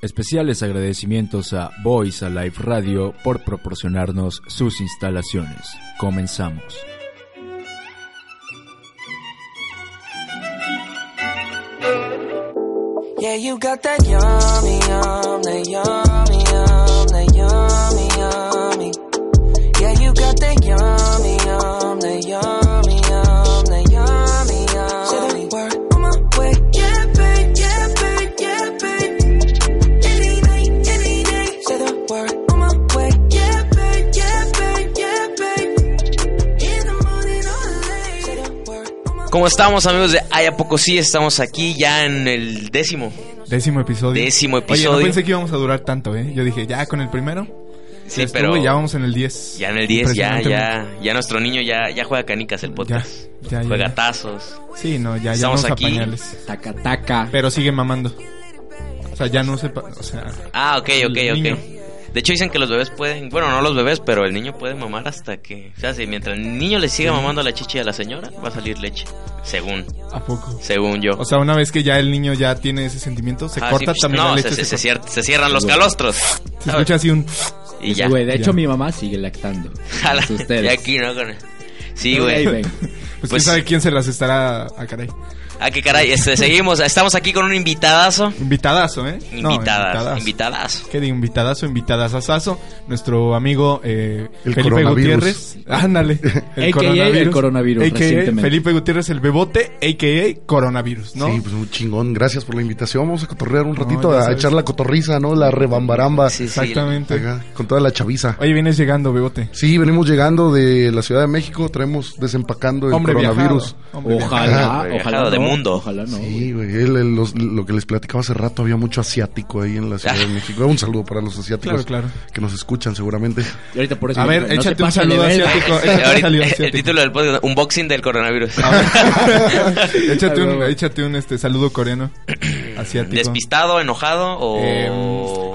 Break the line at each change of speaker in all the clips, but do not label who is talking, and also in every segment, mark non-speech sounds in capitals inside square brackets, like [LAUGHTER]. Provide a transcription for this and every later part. Especiales agradecimientos a Voice Alive Radio por proporcionarnos sus instalaciones. Comenzamos.
Yeah, you got that yummy, yum, that yummy, yum, that yummy, yummy. Yeah, you got that yummy, yum, that yummy, yum, that yummy, yummy. Say the word on my way. Yeah, babe, yeah, babe, yeah, babe. Any night, any day. Say the word on my way. Yeah, babe, yeah, babe, yeah, babe. In the morning or late. Say the word on my
¿Cómo estamos amigos de Ay, ¿a poco sí? Estamos aquí ya en el décimo.
Décimo episodio.
Décimo
Oye,
episodio.
no pensé que íbamos a durar tanto, ¿eh? Yo dije, ya con el primero.
Sí,
ya estuvo
pero
y ya vamos en el 10.
ya en el 10, ya, ya, ya nuestro niño ya, ya juega canicas el podcast.
Ya, ya, ya.
juega tazos.
Sí, no, ya, ya
Estamos
vamos a
aquí.
pañales.
Taca, taca.
Pero sigue mamando. O sea, ya no se... pa- O sea,
Ah, ok, ok,
El niño.
ok. De hecho dicen que los bebés pueden, bueno, no los bebés, pero el niño puede mamar hasta que, o sea, si mientras el niño le siga mamando la chichi a la señora, va a salir leche, según,
¿a poco?
según yo.
O sea, una vez que ya el niño ya tiene ese sentimiento, se
Ah, sí,
corta
pues,
también
no,
la
se-
leche.
se, se
corta.
cier- se cierran los calostros.
Se escucha así un... pues,
Y ya.
Güey, de hecho
Ya.
mi mamá
[LAUGHS]
sigue lactando.
Jala.
Es ustedes.
Y aquí, ¿no? Con- Sí,
Ok,
güey.
ven.
Pues,
Pues-
quién sabe quién se las estará... Ah, caray.
Ah, qué caray. Este, seguimos. Estamos aquí con un invitadazo.
Invitadazo, ¿eh? No,
Invitadas.
invitadazo. [LAUGHS]
invitadazo.
¿Qué de invitadazo, invitadazazazo? Nuestro amigo eh,
El
Felipe
coronavirus.
Gutiérrez.
[LAUGHS]
Ándale.
AKA el coronavirus,
AKA
recientemente.
Felipe Gutiérrez, el bebote, a.k.a. coronavirus, ¿no?
Sí, pues un chingón. Gracias por la invitación. Vamos a cotorrear un
No,
ratito,
ya
a
sabes.
echar la cotorriza, ¿no? La rebambaramba.
Sí, sí.
Exactamente.
Acá, con toda la chaviza.
Oye, vienes llegando, bebote.
Sí, venimos llegando de la Ciudad de México. Traemos desempacando el
Hombre
coronavirus.
viajado. Hombre viajado.
Ojalá,
Viajado
ojalá.
de
no,
mundo.
Ojalá no. güey.
Sí, güey. el- el- los- lo que les platicaba hace rato, había mucho asiático ahí en la Ciudad de México. Un saludo para los asiáticos
Claro, claro.
que nos escuchan seguramente.
Y ahorita por eso.
A ver,
digo, no
échate
te
un
pases de
saludo
[LAUGHS]
verga.
asiático.
Eh,
Échate un
ahorita-
saludo
el
asiático.
título del podcast, unboxing del coronavirus.
[LAUGHS]
[LAUGHS]
échate, un,
Ay,
échate un este, saludo coreano. Asiático.
Despistado, enojado o... Ah,
Eh,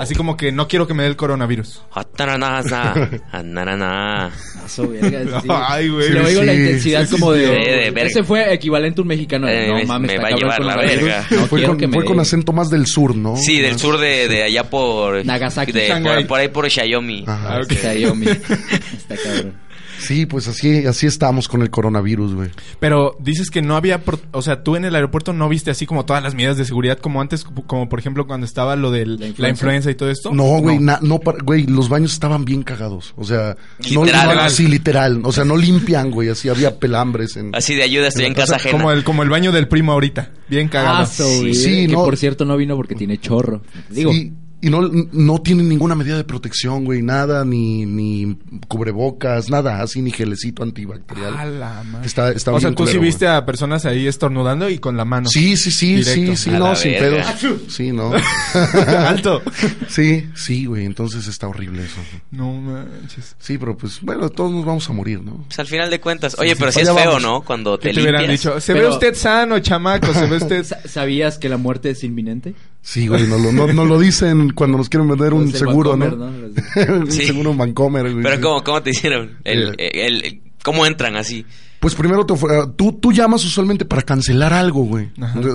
así como que no quiero que me dé el coronavirus.
Ataranaza, anarana.
Paso,
[LAUGHS]
verga, sí.
[LAUGHS] Ay, güey.
Le oigo la
Sí,
intensidad
sí, sí,
como
sí.
de.
Eh, de verga.
ese fue equivalente a un mexicano. de,
Eh,
no
me-
mames,
me va
está
a
cabrón
llevar
el
la
coronavirus.
verga.
No
fue
quiero
con,
que me
fue
dé.
con acento más del sur, ¿no?
Sí, del
Más-
sur de, de allá por...
Nagasaki.
de- por,
Shanghái.
por ahí por Xiaomi.
Ajá.
Ah, ok.
O [LAUGHS] sea, yo, mi- Está
[LAUGHS]
cabrón.
Sí, pues así, así estamos con el coronavirus, güey.
Pero dices que no había, pro- o sea, tú en el aeropuerto no viste así como todas las medidas de seguridad como antes, como como por ejemplo cuando estaba lo de la
La
influenza,
influenza.
y todo esto.
No, güey, na- no, par- güey, los baños estaban bien cagados. O sea, no,
Literal.
no- así literal. O sea, no limpian, güey, así había pelambres en.
Así de ayuda, estoy en casa ajena.
Como el como el baño del primo ahorita, bien cagado.
Ah, so, güey,
sí,
que
no.
por cierto no vino porque tiene chorro. Digo,
Y, y no, no tienen ninguna medida de protección, güey, nada, ni, ni cubrebocas, nada, así, ni gelecito antibacterial.
A Ah, la madre.
Está- estaba
o sea,
bien
tú sí
culero, güey.
viste a personas ahí estornudando y con la mano.
Sí, sí, sí,
Directo.
sí, sí,
A la
no, sin
verga.
pedos. Sí, no.
[LAUGHS] Alto.
sí, sí, güey, entonces está horrible eso.
No manches.
Sí, pero pues, bueno, todos nos vamos a morir, ¿no?
Pues al final de cuentas. Oye, pero si
sí.
es
Allá
feo,
vamos.
¿no? Cuando
¿Qué
te,
te hubieran
limpias.
dicho? ¿Se ve
Pero-
usted sano, chamaco? ¿Se
[LAUGHS]
ve usted
sa- ¿sabías que la muerte es inminente?
Sí, güey, nos lo, no- nos lo dicen cuando nos quieren vender un
Los de
seguro,
Vancomer,
¿no?
¿no? Los de-
[LAUGHS] un
Sí.
seguro en Vancomer, güey.
Pero
Sí.
¿cómo, cómo te hicieron? El,
Eh.
el- el- ¿Cómo entran así?
Pues primero te ofre- tú, tú llamas usualmente para cancelar algo, güey.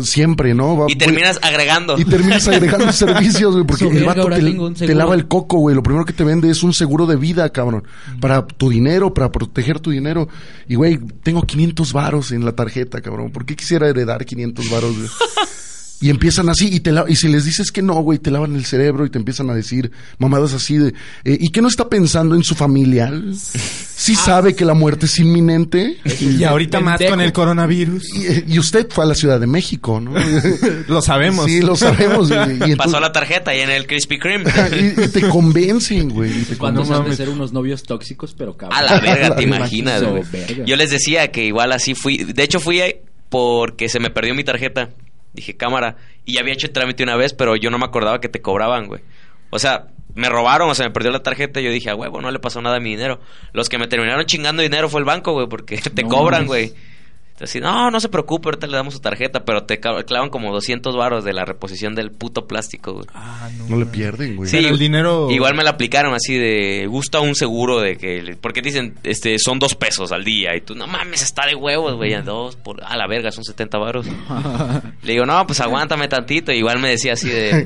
Siempre, ¿no? Va-
Y terminas agregando.
pues, Y
[LAUGHS]
terminas agregando servicios, güey, porque
Sí,
el
verga,
vato
ahora
te,
tengo un
te
seguro.
lava el coco, güey. Lo primero que te vende es un seguro de vida, cabrón. Para tu dinero, para proteger tu dinero. Y, güey, tengo 500 varos en la tarjeta, cabrón. ¿Por qué quisiera heredar 500 varos, güey? Y empiezan así, y, te la- y si les dices que no, güey, te lavan el cerebro y te empiezan a decir mamadas así de, eh, ¿y qué no está pensando en su familia? Sí
Ah.
sabe que la muerte es inminente.
Y ahorita más
Pendejo.
con el coronavirus.
Y, y usted fue a la Ciudad de México, ¿no?
Lo sabemos.
Sí, lo sabemos. güey. Y entonces-
Pasó la tarjeta y en el Krispy Kreme.
[LAUGHS] y, y te convencen, güey. y te
Cuando
No
se han de
mames.
ser unos novios tóxicos, pero cabrón.
[LAUGHS]
A la
[LAUGHS]
verga,
la
te
verga.
imaginas,
So,
güey.
verga.
Yo les decía que igual así fui. De hecho, fui ahí porque se me perdió mi tarjeta. Dije, cámara. Y ya había hecho el trámite una vez, pero yo no me acordaba que te cobraban, güey. O sea, me robaron, o sea, me perdió la tarjeta. Y yo dije, a huevo, no le pasó nada a mi dinero. Los que me terminaron chingando dinero fue el banco, güey, porque [LAUGHS] te
No
cobran,
mames.
güey. Entonces, no, no se preocupe, ahorita le damos su tarjeta, pero te ca- clavan como 200 varos de la reposición del puto plástico, güey.
Ah,
No le pierden, güey.
Sí,
Pero el dinero-
Igual me la aplicaron así de gusta un seguro de que porque dicen este son dos pesos al día y tú no mames está de huevos güey a dos por a la verga son 70 varos le digo no pues aguántame tantito igual me decía así de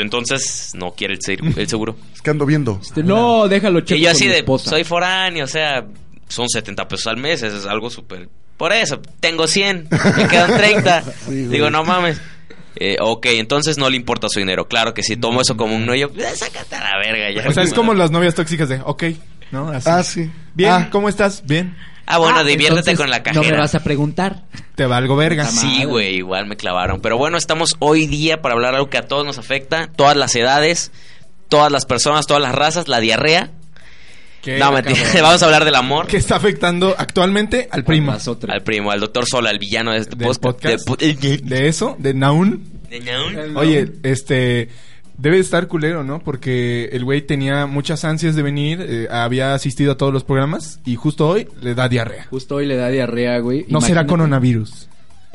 entonces no quiere el, seg- el seguro
Es que ando viendo.
[LAUGHS] Este, no, déjalo,
que
checo
yo
con
así
mi
de
esposa.
soy foráneo o sea son 70 pesos al mes eso es algo súper por eso tengo 100 me quedan 30
Sí, güey.
digo no mames Eh, ok, entonces no le importa su dinero. Claro que si tomo eso como un no, yo, "Eh, sácate a la verga ya.
O sea, es
No.
como las novias tóxicas de, ok, ¿no? Así.
Ah, sí.
Bien,
Ah.
¿cómo estás? Bien.
Ah, bueno,
Ah,
diviértete
entonces
con la cajera.
No me vas a preguntar.
Te valgo verga.
Puta
Sí,
Madre.
güey, igual me clavaron. Pero bueno, estamos hoy día para hablar algo que a todos nos afecta, todas las edades, todas las personas, todas las razas, la diarrea.
¿Qué,
no, mentira, [LAUGHS]
cabrón?
vamos a hablar del amor.
Que está afectando actualmente al primo.
Más otra.
Al primo, al doctor Sola, al villano de este
Del
podcast.
podcast.
De pu- [LAUGHS]
De eso, de Naun.
De ñaun.
Oye, este. Debe de estar culero, ¿no? Porque el güey tenía muchas ansias de venir, eh, había asistido a todos los programas y justo hoy le da diarrea.
Justo hoy le da diarrea, güey.
No será
Imagínate.
coronavirus.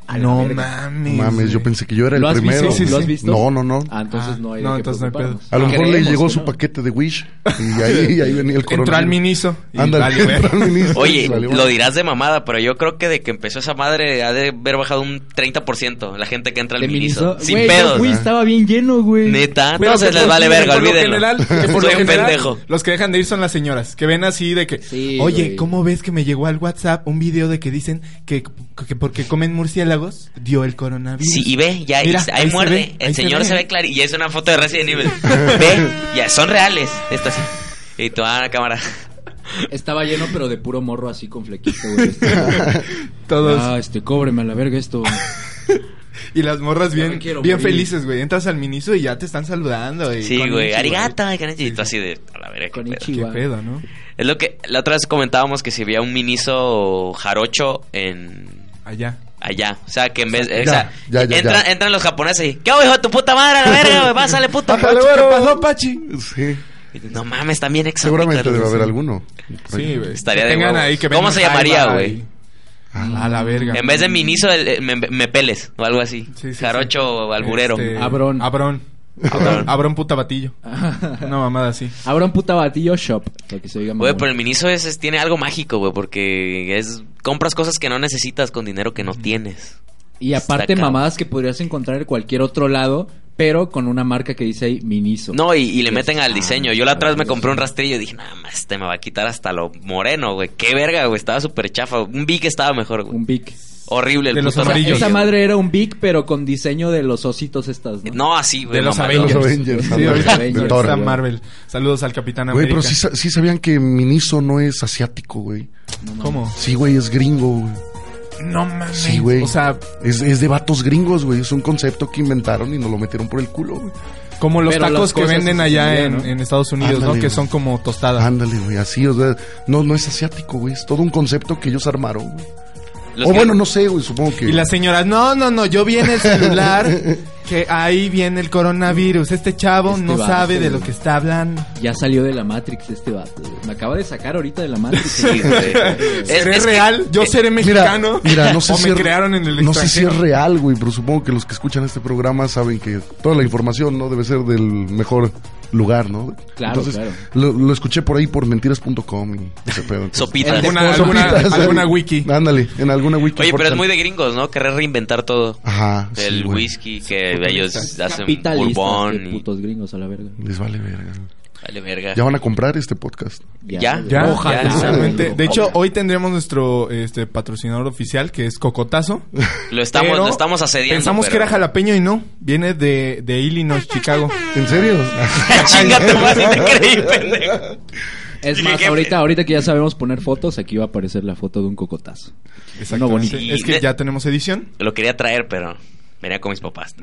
A la
No
verga.
mames.
Mames, yo
güey.
pensé que yo era
¿Lo
el
has
primero.
visto?
Sí, sí,
¿Lo has
sí.
visto?
No, no, no.
Ah, entonces
Ah,
no hay
no,
de qué
entonces no hay
preocuparnos.
pedo.
A lo mejor le
Creemos
llegó
que
su
no.
paquete de Wish y ahí, y ahí venía el coronavirus.
Entró al miniso. y
Ándale,
valió verga.
entró al miniso.
Oye,
Valió
lo
verga.
dirás de mamada, pero yo creo que de que empezó esa madre ha de haber bajado un 30% la gente que entra al
De
Miniso.
Miniso.
Sin
Güey,
pedos.
no fui, estaba bien lleno, güey.
Neta,
Pero
entonces
que
les
por-
vale
que
verga,
por lo
olvídenlo.
general- que
[LAUGHS]
por lo
Soy un
general,
pendejo.
Los que dejan de ir son las señoras, que ven así de que,
Sí,
oye,
güey.
¿cómo ves que me llegó al WhatsApp un video de que dicen que, que porque comen murciélagos dio el coronavirus?
Sí, y ve, ya
Mira,
ahí, ahí
ahí se
muerde.
ve,
el
ahí se
señor
ve.
se ve, clarito. Y es una foto de Resident
[LAUGHS]
Evil. ve, ya son reales. Esto sí. Y tú, ah, cámara.
Estaba lleno, pero de puro morro así con flequito,
[LAUGHS]
güey. Este,
Todos.
Ah, este, cóbreme a la verga esto.
[LAUGHS] Y las morras
Ya
bien,
me quiero
bien
morir.
felices, güey. Entras al miniso y ya te están saludando. y
Sí,
con ¿eh?
güey.
ichi,
Arigata, y tú así de. A la verga, qué pedo.
Konnichiwa.
Qué
Chihuahua. [LAUGHS]
pedo, ¿no?
Es lo que la otra vez comentábamos que si había un miniso jarocho en.
Allá.
Allá, o sea que en vez, eh,
Ya,
o sea,
ya, ya,
entran,
ya.
entran los japoneses y ¿qué hago hijo de tu puta madre a la verga, güey?
[LAUGHS]
Pásale puto.
Pachi, ¿Qué pasó, Pachi?
Sí,
Y tú, No mames, también exóticos.
seguramente debe haber alguno.
Sí, güey.
Estaría
Que
de
tengan
huevos.
ahí que
¿Cómo
vengan
se llamaría,
jaiba
güey?
y- A la verga.
En vez de miniso, el- el- me, me peles o algo así.
Sí, sí, sí.
jarocho o alburero.
Este,
Abrón.
Abrón.
Abrón.
Abrón puta batillo. Una mamada así.
Habrá un puta batillo shop. Para que se diga
Güey,
mamón.
pero el Miniso es, es- tiene algo mágico, güey, porque es compras cosas que no necesitas con dinero que no tienes.
Y aparte,
Está cabrón.
mamadas que podrías encontrar en cualquier otro lado, pero con una marca que dice ahí Miniso.
No, y, y le meten al diseño. Yo la otra vez me
Ah,
compré un rastrillo y dije, nada más, este me va a quitar hasta lo moreno, güey. Qué verga, güey, estaba súper chafa. Un Vic estaba mejor, güey.
Un Bic.
Horrible el
De los
puto
O sea,
Amarillo.
rastrillo.
esa madre era un Bic, pero con diseño de los ositos estas, ¿no?
No, así, güey.
De los
mamá,
Avengers.
Los Avengers,
Sí,
ándale,
ahorita-
de
ahorita
Thor,
está
güey.
Marvel. Saludos al Capitán
Güey,
América.
pero sí, sa- sí sabían que Miniso no es asiático, güey.
¿Cómo?
Sí, güey, es gringo, güey.
No mames.
Sí, güey.
O sea,
Es, es de vatos gringos, güey. Es un concepto que inventaron y nos lo metieron por el culo, güey.
como los
Pero
tacos
las
que
cosas
venden
sí
allá
serían,
en,
¿no?
en Estados Unidos, ¿no?
Ándale,
Que
güey.
son como tostadas.
Ándale, güey, así, o sea, no, no es asiático, güey. Es todo un concepto que ellos armaron, güey.
los
O
que-
bueno, no sé, güey, supongo que.
Y las señoras, no, no, no, yo vi en el
[LAUGHS]
celular que ahí viene el coronavirus. Este chavo
Este
no
vato,
sabe de lo
güey.
que está hablando.
Ya salió de la Matrix este vato. güey. Me acaba de sacar ahorita de la
[LAUGHS]
Matrix. eh.
Sí, güey. Es-
¿Seré
es que-
real? ¿Yo seré
eh, Mira,
mexicano?
mira, no
[LAUGHS]
sé
¿O
si
me
es-
crearon en el
No sé si
extranjero?
es real, güey, pero supongo que los que escuchan este programa saben que toda la información no debe ser del mejor lugar, ¿no?
Claro,
Entonces,
claro.
Lo, lo escuché por ahí por mentiras.com y ese pedo. Entonces,
Sopitas.
El de-
Alguna, alguna,
sopitas,
alguna
ahí.
wiki.
Ándale, en alguna wiki.
Oye, pero es
portal.
muy de gringos, ¿no? Querer reinventar todo.
Ajá. Ah, sí,
el
güey.
whisky que ellos hacen
Capitalistas,
bourbon
qué
y...
putos gringos a la verga.
Les vale verga.
Vale, verga.
Ya van a comprar este podcast.
Ya,
güey.
Ya,
Ojalá.
ya, exactamente.
[LAUGHS]
güey.
De hecho, hoy tendremos nuestro este, patrocinador oficial, que es Cocotazo.
Lo estamos,
Pero
lo estamos asediando.
Pensamos que
pero-
era jalapeño y no. Viene de, de Illinois,
[LAUGHS]
Chicago.
¿En serio?
[LAUGHS] Chinga tu madre,
[LAUGHS]
te creí, pendejo.
Es
Dije,
más,
¿qué?
ahorita, ahorita que ya sabemos poner fotos, aquí va a aparecer la foto de un cocotazo. Uno bonito.
Sí.
Es que ya tenemos edición.
Lo quería traer, pero venía con mis papás.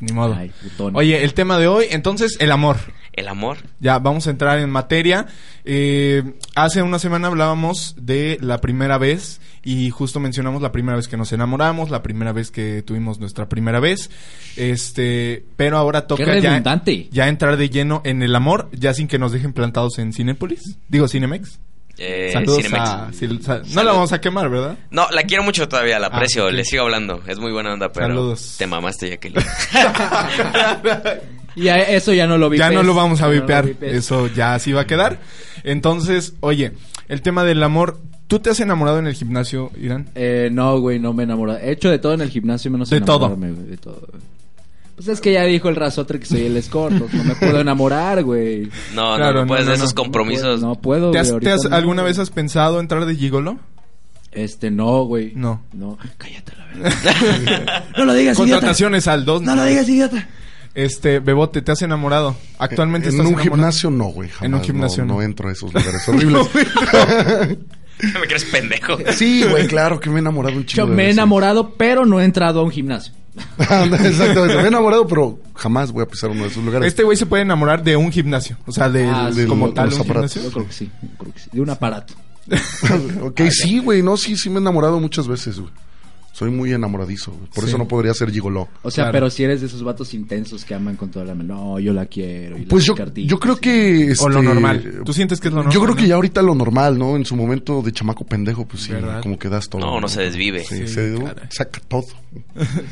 Ni modo.
Ay, putón.
Oye, el tema de hoy, entonces, el amor.
El amor.
Ya, vamos a entrar en materia. Eh, hace una semana hablábamos de la primera vez y justo mencionamos la primera vez que nos enamoramos, la primera vez que tuvimos nuestra primera vez. Este, pero ahora toca ya,
redundante.
ya entrar de lleno en el amor, ya sin que nos dejen plantados en Cinépolis. Digo, Cinemex.
Eh,
Saludos
Cinemex.
a- Sil- sa- no
Salud.
la vamos a quemar, ¿verdad?
No, la quiero mucho todavía, la
Ah,
aprecio,
ok.
le sigo hablando. Es muy buena onda, pero
Saludos.
te mamaste,
[LAUGHS]
Jacqueline.
Y a- eso ya no lo
ya
vipees.
no lo vamos a
Ya no lo
vipear.
vipees.
Eso ya así va a quedar. Entonces, oye, el tema del amor. ¿Tú te has enamorado en el gimnasio, Irán?
Eh, no, güey, no me he enamorado. He hecho de todo en el gimnasio menos
De
enamorarme, güey, de todo. güey. Pues es que ya dijo el rasotre que soy el escorto. No me puedo enamorar, güey.
No,
Claro,
no, no puedes
no,
de
no,
esos
no,
compromisos.
No puedo,
¿Te has-
güey,
te has-
ahorita no,
¿Alguna
güey.
vez has pensado entrar de gigolo?
Este, no, güey.
No.
No. Cállate
[LAUGHS]
la verdad. no lo digas, idiota.
Contrataciones al 2.
No lo digas, idiota.
Este, Bebote, ¿te has enamorado? Actualmente
Eh, en
estás
un
enamorado?
gimnasio no, güey. jamás,
En un gimnasio
No,
no.
no entro
[LAUGHS]
a esos lugares horribles.
[LAUGHS] Me crees
[LAUGHS]
pendejo.
sí, güey, claro que me he enamorado un chico.
Yo me he
[LAUGHS]
enamorado, pero no he entrado a un gimnasio.
Exactamente, me he enamorado, pero jamás voy a pisar uno de esos lugares.
Este güey se puede enamorar de un gimnasio. O sea, de,
Ah, sí,
como
de
tal
los
un
aparatos.
Yo
gimnasio.
creo que sí, yo creo que sí. De un aparato.
[LAUGHS] ok, sí, güey, no, sí, sí me he enamorado muchas veces, güey. Soy muy enamoradizo, güey. Por
Sí.
eso no podría ser gigoló.
O sea,
Claro.
pero si eres de esos vatos intensos que aman con toda la... No, yo la quiero. y la
Pues yo,
cartita,
yo creo
sí.
que...
O lo
este,
normal. ¿Tú sientes que es lo normal?
Yo creo que
no?
ya ahorita lo normal, ¿no? En su momento de chamaco pendejo, pues sí,
¿Verdad?
como que das todo.
No, no se desvive.
Sí,
Sí,
se
caray.
saca todo.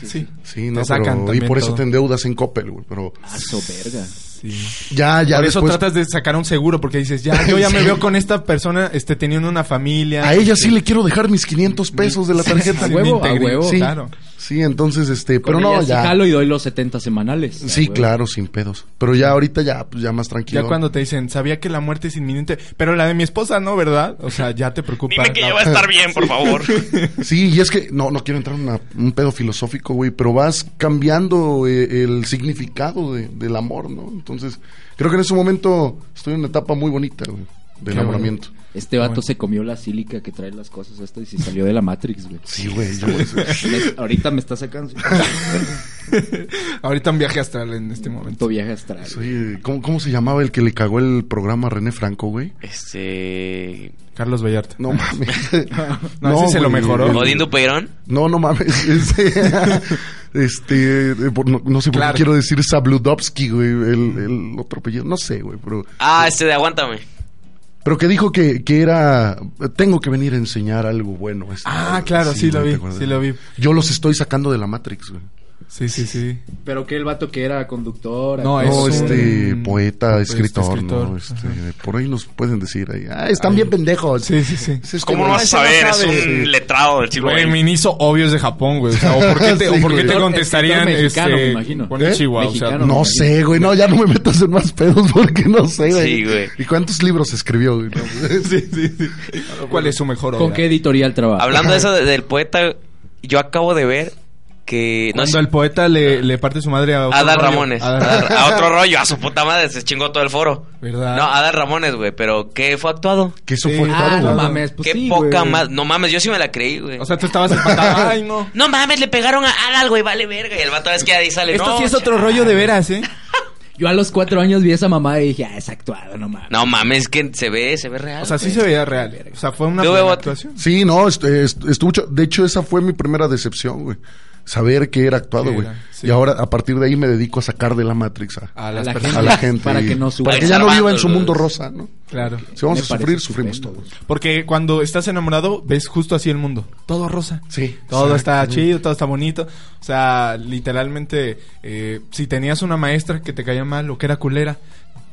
Sí.
Sí, no,
Te sacan
pero- y
también
por eso
todo.
te endeudas en Coppel, güey, pero
Ah, so verga.
ya, ya
Por eso
después...
tratas de sacar un seguro, porque dices, ya,
[LAUGHS]
yo ya me veo con esta persona este, teniendo una familia.
A ella sí le quiero dejar mis 500 pesos de la tarjeta.
A
Sí,
güey.
huevo,
mi
a
integri-
huevo.
Sí,
claro.
sí, entonces, este, pero
Con
no,
ella sí
ya.
jalo y doy los 70 semanales.
Sí,
Ah, güey.
claro, sin pedos. Pero ya ahorita ya, pues ya más tranquilo.
Ya cuando te dicen, sabía que la muerte es inminente, pero la de mi esposa no, ¿verdad? O sea, ya te preocupa.
Dime que
La-
ya va a estar bien, por
[LAUGHS]
favor.
[LAUGHS] Sí, y es que, no, no quiero entrar en una- un pedo filosófico, güey, pero vas cambiando eh, el significado de- del amor, ¿no? Entonces, creo que en ese momento estoy en una etapa muy bonita, güey, de enamoramiento.
Este vato se comió la sílica que trae las cosas estas y se salió de la Matrix, güey.
Sí, güey, yo, güey,
Me- Ahorita me está sacando
[LAUGHS] Ahorita un viaje astral en este momento.
tu viaje astral.
soy- ¿cómo, cómo se llamaba el que le cagó el programa a René Franco, güey?
Este.
Carlos Vallarta.
[LAUGHS] No mames.
[LAUGHS] No, ese se lo
güey,
mejoró.
el-
Godín Dupeirón.
No, no mames. [LAUGHS] Este, este, eh, por- no, no sé por
Clark.
qué quiero decir Sabludovsky, güey, el, el otro apellido. No sé, güey, pero,
Ah, este de Aguántame.
pero que dijo que, que era, tengo que venir a enseñar algo bueno. este,
Ah,
güey.
claro, sí, lo
güey,
vi,
¿te acuerdas?
sí lo vi.
Yo los estoy sacando de la Matrix, güey.
Sí, sí, sí.
Pero que el vato que era conductor.
No,
actor,
es
No,
un-
este, poeta,
este,
escritor,
escritor,
¿no? Este, por ahí nos pueden decir ahí, ah, están bien pendejos.
Sí, sí, sí.
Es este,
¿Cómo no
güey.
vas a saber? Es
Sí.
un letrado del siglo
Güey,
XX.
Miniso obvios de Japón, güey. O sea, ¿o ¿por
[LAUGHS]
qué te,
Sí,
o por qué
güey.
te
Escritor-
contestarían
escritor mexicano,
este,
me imagino.
con
¿Eh?
Chihuahua, o sea,
Mexicano.
No sé, güey. No, ya no me metas en más pedos porque no sé, güey.
Sí, güey.
¿Y cuántos libros escribió, güey? No,
[LAUGHS]
güey.
sí, sí, sí. ¿Cuál es su mejor obra?
¿Con qué editorial trabaja?
Hablando de eso de- del poeta, yo acabo de ver que. No
Cuando
sé,
el poeta le, le parte su madre a otro
Adal
rollo.
Ramones.
Adal-
Adal- [LAUGHS] a otro rollo, a su puta madre, se chingó todo el foro.
¿Verdad?
No, Adal Ramones, güey, pero ¿qué fue actuado?
Que eso
Sí.
fue
Ah,
todo,
no
güey.
mames. Pues
qué
sí,
poca
güey.
más. No mames, yo sí me la creí, güey.
O sea, tú estabas espantado. Ay, no.
no mames, le pegaron a Adal, güey, vale verga. Y el vato es que ahí sale.
Esto
no,
sí es otro
cha-
rollo de veras, ¿eh?
Yo a los cuatro años vi esa mamá y dije, ah, es actuado, no mames.
No mames, que se ve, se ve real.
O sea, sí
güey.
se veía real. O sea, fue una
Yo veo
buena
a-
actuación.
Sí, no, est- est- estuvo ch- De hecho, esa fue mi primera decepción, güey. Saber que era actuado,
Que
güey.
era, sí.
Y ahora, a partir de ahí, me dedico a sacar de la Matrix a,
Ah,
A
A
las
la
personas.
a la gente.
Para
y-
que no sufra.
Para que ya no
Salvándolos.
viva en su mundo rosa, ¿no?
Claro.
Si vamos
Me parece
a sufrir, sufrimos
estupendo.
todos.
Porque cuando estás enamorado, ves justo así el mundo. Todo rosa.
Sí.
Todo está
Exactamente.
chido, todo está bonito. O sea, literalmente, eh, si tenías una maestra que te caía mal o que era culera,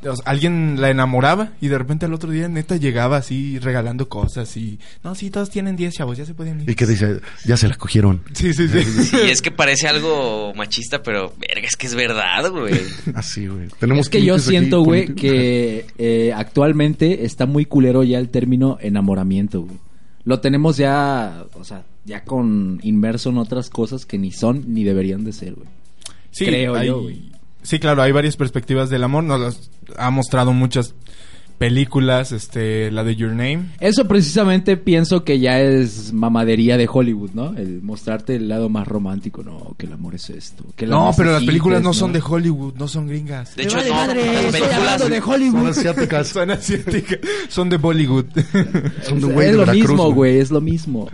o sea, alguien la enamoraba y de repente al otro día neta llegaba así regalando cosas y... No, sí, todos tienen 10 chavos, ya se pueden
Y
ir.
que dice, ya se la cogieron.
[LAUGHS] Sí, sí, sí.
Sí, es que parece algo machista, pero verga, es que es verdad, güey.
Así, güey. Tenemos
Es que yo
límites aquí
siento, güey, [LAUGHS]
políticos.
que eh, actualmente está muy culero ya el término enamoramiento, güey. Lo tenemos ya, o sea, ya con inmerso en otras cosas que ni son ni deberían de ser, güey.
[LAUGHS] Sí,
Creo
hay-
yo, güey.
Sí, claro, hay varias perspectivas del amor. Nos las ha mostrado muchas películas, este, la de Your Name.
Eso precisamente pienso que ya es mamadería de Hollywood, ¿no? El mostrarte el lado más romántico, no, que el amor es esto. que la
No, pero las
necesites,
películas no, son de
Me
Hollywood, no son gringas.
De hecho,
vale
no,
madre,
las
estoy
películas-
hablando de
Son
[LAUGHS]
Hollywood.
asiáticas.
Son asiáticas, son de Bollywood. [LAUGHS]
Son de un güey
Es
de
lo
Veracruz,
mismo,
güey.
güey, es lo mismo.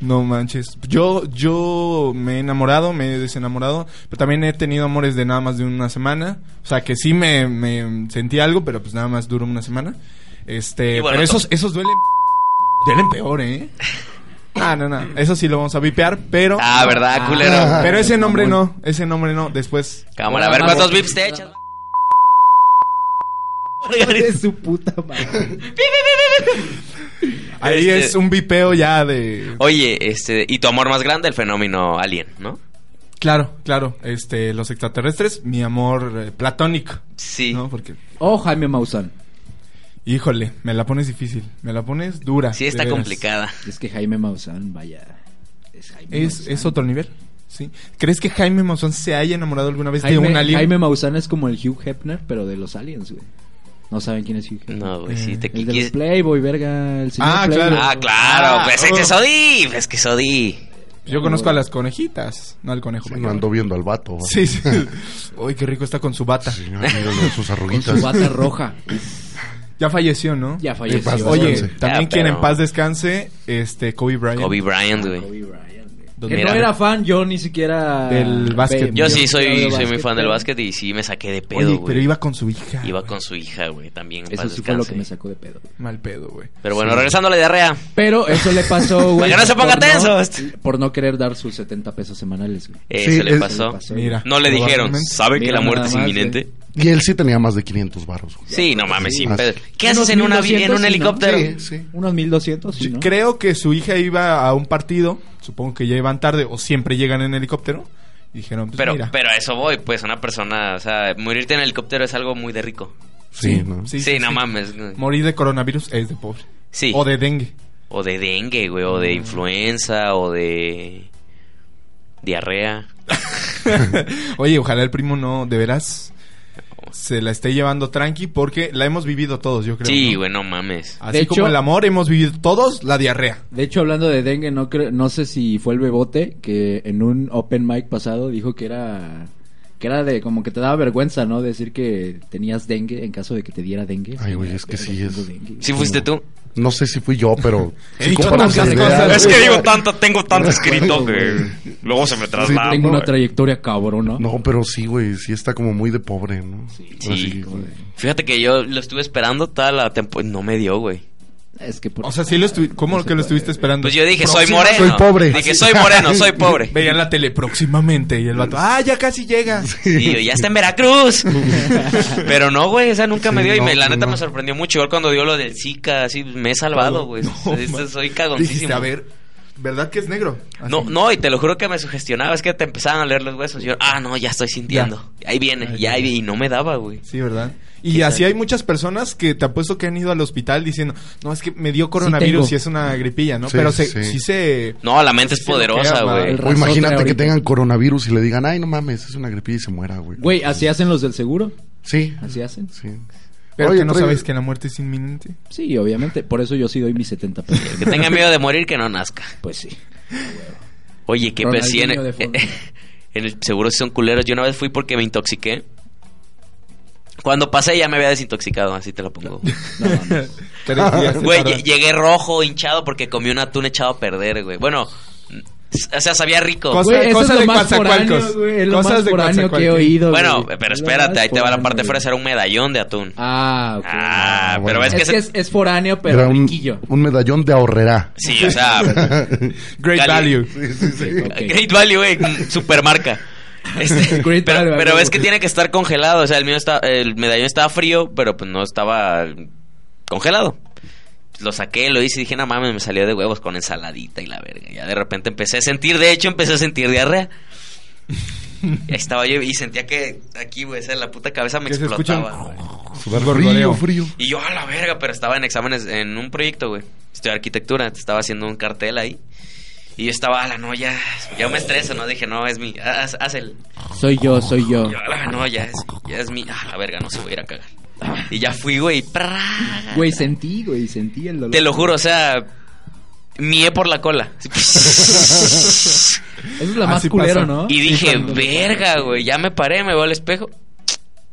no manches. Yo, yo me he enamorado, me he desenamorado, pero también he tenido amores de nada más de una semana. O sea, que sí me, me sentí algo, pero pues nada más duró una semana. Este,
Y bueno,
pero
to-
esos, esos duelen. Duelen
[LAUGHS]
peor, ¿eh? Ah, no, no. Eso sí lo vamos a vipear, pero.
Ah, ¿verdad, culero?
Ah.
Pero ese nombre no, ese nombre no, después.
Cámara, a ver cuántos vips te echas.
De su puta madre.
Ahí
Este-
es un vipeo ya de.
Oye, este, y tu amor más grande, el fenómeno alien, ¿no?
Claro, claro. Este, los extraterrestres, mi amor eh, platónico.
Sí.
¿No? Porque.
O Oh, Jaime Maussan.
Híjole, me la pones difícil. Me la pones dura.
Sí
de
está
veras.
complicada.
Es que Jaime Maussan, vaya. Es Jaime
Es,
Maussan.
es otro nivel. Sí. ¿Crees que Jaime Monzón se haya enamorado alguna vez
Jaime,
de un alien?
Jaime Maussan es como el Hugh Hefner, pero de los aliens, güey. No saben quién es Hugh Hefner.
No, güey, sí, te
Eh, El de los
quis-
Playboy, verga. El señor
Ah,
Playboy.
claro.
Ah, claro,
Ah,
pues es
oh.
que Sodí, es que Sodí.
Yo conozco a las conejitas, no al conejo.
Sí, no ando viendo al vato.
Sí, [LAUGHS] sí. Uy, qué rico está con su bata.
Sí, no, míralo, sus
Con
arruguitas.
su bata
[LAUGHS]
roja.
Ya falleció, ¿no?
Ya
En paz
falleció.
Oye,
descanse.
también
Ya,
quien
pero-
en paz descanse, este Kobe Bryant.
Kobe Bryant, güey.
Kobe Bryant, güey.
Dos-
Que
Mira.
no era fan, yo ni siquiera.
Del
Ve-
básquet.
Yo sí
claro,
soy,
del
soy muy fan del
pero
básquet y sí me saqué de
Oye,
pedo,
pero
güey.
iba con su hija.
Iba
güey.
con su hija, güey, también.
Eso
paz
sí fue lo
descanse.
que me sacó de pedo.
mal pedo, güey.
Pero bueno, regresando a la diarrea.
Pero eso
[LAUGHS]
le pasó, güey.
que no se ponga
por
tenso.
por no querer dar sus 70 pesos semanales, güey.
Eh,
Sí,
se le
es-
pasó.
pasó.
Mira.
No le dijeron,
probablemente.
¿sabe que
Mira
la muerte
nada
es
más,
inminente?
Y él sí tenía más de 500 varos. güey.
Sí, no mames, sin
Ah,
pedo.
sí.
¿Qué
Unos
haces en, una, vi-
1200,
en un
sí, ¿no?
helicóptero?
Sí, sí.
Unos 1200, ¿sí,
Sí,
¿no?
Creo que su hija iba a un partido, supongo que ya iban tarde o siempre llegan en helicóptero. Y dijeron, pues
Pero,
mira.
pero a eso voy, pues, una persona, o sea, morirte en helicóptero es algo muy de rico.
Sí, ¿no?
Sí, no mames. güey.
Morir de coronavirus es de pobre.
Sí.
O de dengue.
O de dengue, güey, o de influenza, o de diarrea.
Oye, ojalá el primo no, de veras, se la esté llevando tranqui porque la hemos vivido todos, yo creo.
Sí,
¿no? Ah,
güey, no mames.
Así
De
como
hecho-
el amor, hemos vivido todos la diarrea.
De hecho, hablando de dengue, no creo, no sé si fue el bebote que en un open mic pasado dijo que era que era de como que te daba vergüenza, ¿no? Decir que tenías dengue en caso de que te diera dengue.
Ay, güey, es que sí
Tengo
es-
dengue.
¿Sí fuiste tú?
No sé si fui yo, pero.
He
sí
dicho
comparto
tantas
esa idea,
cosas.
güey.
Es que digo
tanto, tengo [LAUGHS] tanto escrito que luego se me
traslada.
Tengo una
güey.
trayectoria cabrón, ¿no?
No, pero sí, güey, sí está como muy de pobre, ¿no? Sí,
Sí.
[LAUGHS]
Fíjate que yo lo estuve esperando toda la temporada. No me dio, güey.
Es que por-
O sea, sí lo estuvi- ¿cómo
No se
que lo
puede.
estuviste esperando?
Pues yo dije, soy
Próxima-
moreno.
soy pobre.
Dije, soy moreno, soy pobre.
Veían la tele próximamente y el vato, ah, ya casi llega.
Y yo, ya está en Veracruz. [LAUGHS] Pero no, güey, esa nunca me
Sí,
dio. y
no,
me, la
pues
neta
no.
me sorprendió mucho. Igual cuando dio lo del Zika, así me he salvado, güey.
[LAUGHS] No,
Este,
man.
soy
Dijiste,
cagoncísimo.
a ver, ¿verdad que es negro? Así.
No, no, y te lo juro que me sugestionaba. Es que te empezaban a leer los huesos. Yo, ah, no, ya estoy sintiendo. Ahí viene,
Ahí
ya,
viene.
y no me daba, güey.
Sí, ¿verdad? Y así hay muchas personas que te apuesto que han ido al hospital diciendo, no, es que me dio coronavirus
tengo.
y es una gripilla, ¿no?
Sí,
Pero se,
sí.
sí se...
No, la mente es
Sí, lo que
poderosa,
ama,
güey.
el
O imagínate
ahorita.
que tengan coronavirus y le digan, ay, no mames, es una gripilla y se muera, güey.
Güey, así hacen los del seguro.
Sí,
Así hacen.
sí.
Pero
Oye,
que no
trae-
sabes que la muerte es
[LAUGHS]
inminente.
Sí, obviamente. Por eso yo sí doy mis 70 pesos.
Que tenga miedo de morir, que no nazca.
Pues sí.
Oye, qué
Ronaldinho
presión.
de
En,
fondo.
[LAUGHS] en el seguro sí son culeros. Yo una vez fui porque me intoxiqué. Cuando pasé ya me había desintoxicado, así te lo pongo.
No, mames.
Tres
[LAUGHS]
días
Güey,
tardan.
lle- llegué rojo, hinchado, porque comí un atún echado a perder, güey. Bueno, s- o sea, sabía rico.
Cosa-
Güey, eso
cosas
es lo
de
más
Coatzacoalcos.
foráneo, güey, es lo
Cosas
más
de
foráneo que he
Coatzacoalcos.
oído,
bueno,
güey.
pero
Es lo
espérate,
más
ahí te va la
foráneo,
parte
güey.
fresa, era un medallón de atún. Ah,
Ah, ok.
pero
bueno.
es que...
es que es,
ese-
es foráneo, pero
Era un,
riquillo.
un medallón de ahorrera.
[LAUGHS]
Sí, o sea...
Great
Cali-
value.
Ok.
Great Value, güey, mm,
[LAUGHS]
supermarca. Este,
Great
pero,
Value,
pero
güey.
ves que tiene que estar congelado. O sea, el mío está, el medallón estaba frío, pero pues no estaba congelado. Lo saqué, lo hice y dije, no mames, me salió de huevos con ensaladita y la verga. Ya de repente empecé a sentir, de hecho, empecé a sentir
[LAUGHS]
diarrea. Y ahí estaba yo y sentía que aquí, güey, esa la puta cabeza me
Que se escucha
explotaba.
un-
güey.
[LAUGHS] Frío,
Gorgoreo.
frío.
Y yo a la verga, pero estaba en exámenes en un proyecto, güey. Estudié arquitectura, estaba haciendo un cartel ahí. Y yo estaba, a la no, ya, ya me estreso, ¿no? Dije, no, es mi, haz, haz el.
Soy yo, soy yo.
Yo, ala, no, ya es, ya es mi, a la verga, no se voy a ir a cagar. Y ya fui, güey, prrrra.
Güey, sentí, güey, sentí el dolor.
eh, Te lo juro, o sea, mié por la cola.
Eso es la más
Así
culero,
pasa.
¿no?
Y dije, verga, güey, ya me paré, me veo al espejo.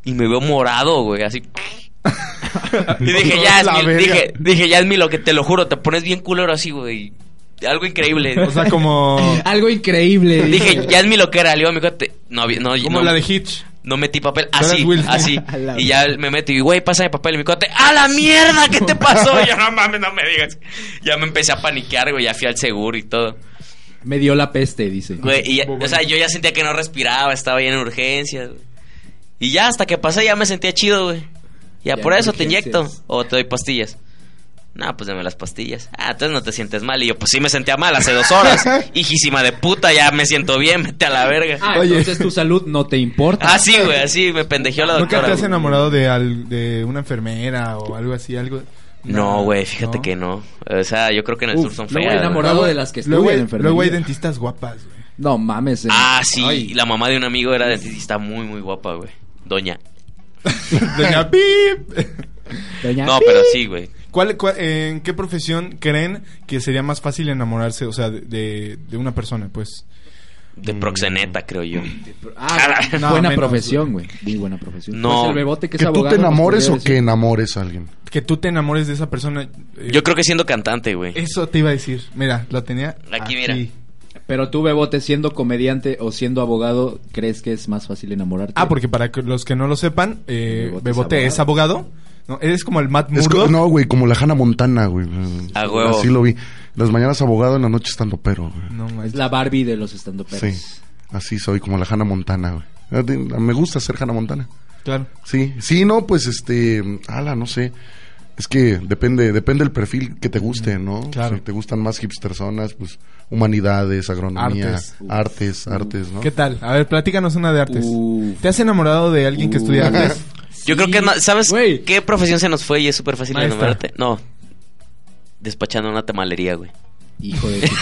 Y me veo morado, güey, así. [LAUGHS] Y dije,
No,
ya es
la
mi,
verga.
dije, dije, ya es mi lo que te lo juro, te pones bien culero así, güey. Algo increíble.
[LAUGHS] O sea, como...
[LAUGHS]
Algo increíble.
dije, ya es mi loquera, le digo a mi cuate, no, vi- no,
Como
no-
la de Hitch.
No metí papel,
eras
así,
Will.
así.
[LAUGHS]
A la
Y ya me meto y, güey, pásame papel. Y mi cuate, ¡a la mierda! ¿Qué te pasó? [LAUGHS] Y yo, no mames, no me digas. Ya me empecé a paniquear, güey. Ya fui al seguro y todo.
Me dio la peste, dice.
Güey, y ya- o sea, yo ya sentía que no respiraba, estaba ya en urgencias. güey. Y ya hasta que pasé ya me sentía chido, güey. Ya,
Ya
por
en
eso te inyecto
urgencias.
o te doy pastillas. No, pues dame las pastillas. Ah, entonces no te sientes mal. Y yo, pues sí me sentía mal hace dos horas. Hijísima de puta, ya me siento bien, vete a la verga.
Ah,
Oye.
entonces tu salud no te importa.
Así, güey, así me pendejeó la
¿Nunca
doctora.
te has
güey.
enamorado de, al- de una enfermera o algo así? algo
No, güey, fíjate que no. O sea, yo creo que en el
Uf,
sur son
luego
feas. güey.
enamorado de las que
luego,
estudian
hay,
enfermería.
luego hay dentistas guapas, güey.
No mames. eh.
Ah, sí,
Ay.
la mamá de un amigo era dentista muy, muy guapa, güey. Doña.
[LAUGHS]
Doña Pip.
Doña-
No, pero sí, güey.
¿Cuál, cuál- en qué profesión creen que sería más fácil enamorarse, o sea, de, de- de una persona, pues?
De proxeneta, creo yo.
Ah,
No,
buena
menos,
profesión, güey. Muy buena profesión.
No.
Pues el bebote que
¿Que
es
tú
abogado,
te
nos
enamores
podría
o que
decir.
enamores a alguien?
Que tú te enamores de esa persona. eh,
Yo creo que siendo cantante, güey.
Eso te iba a decir. Mira, la tenía
Aquí, mira.
Pero tú, bebote, siendo comediante o siendo abogado, ¿crees que es más fácil enamorarte?
Ah, porque para que- los que no lo sepan, eh,
Bebote es
Bebote es abogado. No, eres como el Matt
Es co-
Murdock.
no, güey, como la Hannah Montana, güey.
A huevo.
Así lo vi. Las mañanas abogado, en la noche estando pero, güey.
No,
Es
manches.
la Barbie de los estando
Sí, así soy, como la Hannah Montana, güey. Ah, de- Me gusta ser Hannah Montana.
Claro.
Sí, sí, no, pues este, ala, no sé. Es que depende, depende el perfil que te guste, ¿no?
Claro.
Si te gustan más hipsterzonas, pues humanidades, agronomía,
Artes.
artes, artes, ¿no?
¿Qué tal? A ver, platícanos una de artes.
Uf.
¿Te has enamorado de alguien que estudia
Uf.
artes?
Yo creo que es más- ¿Sabes
Güey.
qué profesión se nos fue y es súper fácil
Maestra.
enamorarte? No. Despachando una tamalería, güey.
Hijo de... su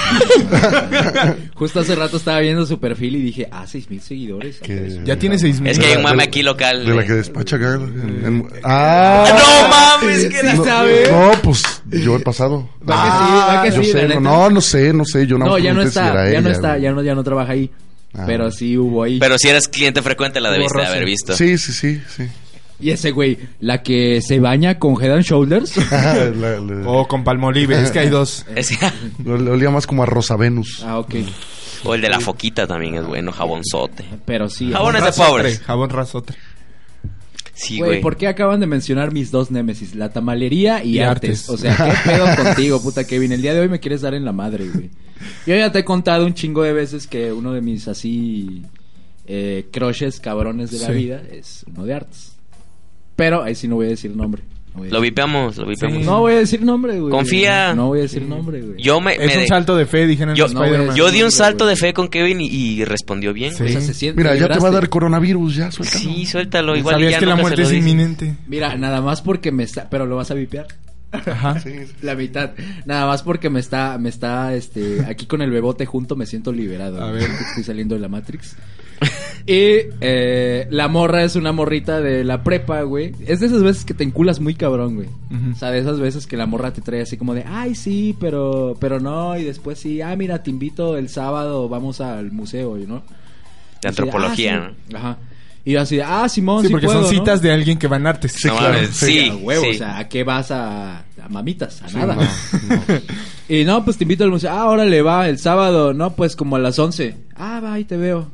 madre. Justo hace rato estaba viendo su perfil y dije, ah, seis mil seguidores.
Que-
Ya tiene seis mil. Eh,
Es que hay un
De la-
mame aquí local.
De la
eh.
que despacha acá. en- en- ¡Ah!
¡No mames! Que la
No,
sabe.
No, pues yo he pasado.
Va que sí, va que
yo
sí,
sé,
la neta.
no, no sé, no sé. Yo
No,
nada más
ya no
pregunté si
está,
era
ya no
ella,
está,
güey.
ya no, ya no trabaja ahí.
Ah.
Pero sí hubo ahí.
Pero si eres cliente frecuente la debiste
Borroso.
haber visto. [LAUGHS]
Sí, sí, sí,
[LAUGHS]
sí.
Y ese güey, la que se baña con Head and Shoulders.
La- la-
O
Oh.
con Palmolive. Es que hay dos.
Ese-
le olía más como a Rosa Venus.
ah, ok.
o el de la foquita también es bueno, jabonzote.
Pero sí.
Jabón
ajá.
es de pobres.
Rasotre, Jabón rasotre.
Sí,
Güey,
güey.
¿por qué acaban de mencionar mis dos némesis? La tamalería y,
Y artes.
artes. O sea, ¿qué pedo
[LAUGHS]
contigo, puta Kevin? El día de hoy me quieres dar en la madre, güey. Yo ya te he contado un chingo de veces que uno de mis así eh, crushes cabrones de la
Sí.
vida es uno de artes. Pero ahí sí no voy a decir nombre. No voy a
Lo
decir-
vipeamos, lo vipeamos.
No voy a decir nombre, güey.
Confía.
No voy a decir nombre, güey.
Yo me. me
Es un
de-
salto de fe, dijeron en
Yo,
Spider-Man.
yo di un
Hombre,
salto
güey.
de fe con Kevin y, y respondió bien.
Sí. Pues,
O
güey.
sea, se siente-
Mira, ya te va a
libraste.
dar coronavirus, ya, suéltalo.
Sí, suéltalo. Igual y
¿Sabías
ya
que la
nunca se
muerte
lo
es
dices.
inminente?
Mira, nada más porque me está... Pero lo vas a vipear.
Ah,
Ajá.
La mitad. Nada más porque me está, me está, este, aquí con el bebote junto me siento liberado.
A
A
ver.
Estoy saliendo de la Matrix. Y eh, la morra es una morrita de la prepa, güey. Es de esas veces que te enculas muy cabrón, güey.
Ujú.
O sea, de esas veces que la morra te trae así como de, ay, sí, pero, pero no. Y después sí, ah, mira, te invito el sábado, vamos al museo, ¿no?
De
Y así de,
antropología,
"Ah, sí". Ajá. Y yo así, de, ah, Simón, sí,
Sí, porque
puedo,
son
¿no?".
citas de alguien que va en artes.
Sí,
No
claro.
mames,
sí.
sí.
a huevo, o sea, ¿a qué vas a, a mamitas? A nada. [LAUGHS]
no, no.
Y no, pues te invito al museo. Ah, órale, va, el sábado. No, pues como a las 11. Ah, va, ahí te veo.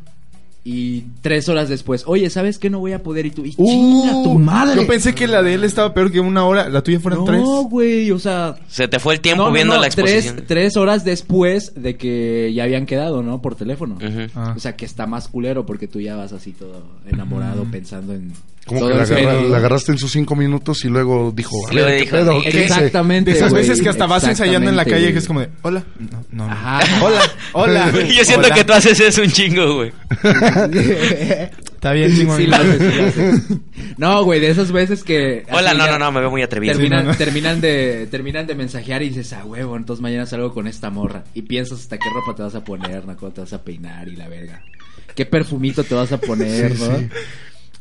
Y tres horas después. Oye, ¿sabes qué? No voy a poder. Y tú, y chinga tu madre.
Uh, Yo pensé que la de él estaba peor que una hora. La tuya fueron tres.
No, güey, o sea...
Se te fue el tiempo
no, no,
viendo
no,
la exposición.
Tres, tres horas después de que ya habían quedado, ¿no? Por teléfono.
Ujú.
Ah.
O sea, que está más culero porque tú ya vas así todo enamorado
Mm.
pensando en...
Como
todo
que la,
el
agarra-
pedo.
la agarraste en sus cinco minutos y luego dijo, a
Sí,
ver,
le
¿qué
dijo,
pedo?
¿qué?
¿Qué hice?
Exactamente.
De esas
güey,
veces que hasta vas ensayando en la calle que es como
exactamente,
de, hola, no, no, no.
Ajá.
hola,
[LAUGHS]
hola.
[LAUGHS]
Yo siento
Hola.
que tú haces eso un chingo, güey.
güey. [LAUGHS]
[LAUGHS] Está bien, chingón.
Sí, la haces, sí la haces. [LAUGHS] No, güey, de esas veces que.
Hola,
así
no,
ya
no, no, me veo muy atrevido.
Terminan,
Sí, no, no.
terminan, de, terminan de mensajear y dices, ah, huevo, entonces mañana salgo con esta morra. Y piensas hasta qué ropa te vas a poner, ¿no? Cómo te vas a peinar y la verga. Qué perfumito te vas a poner, ¿no?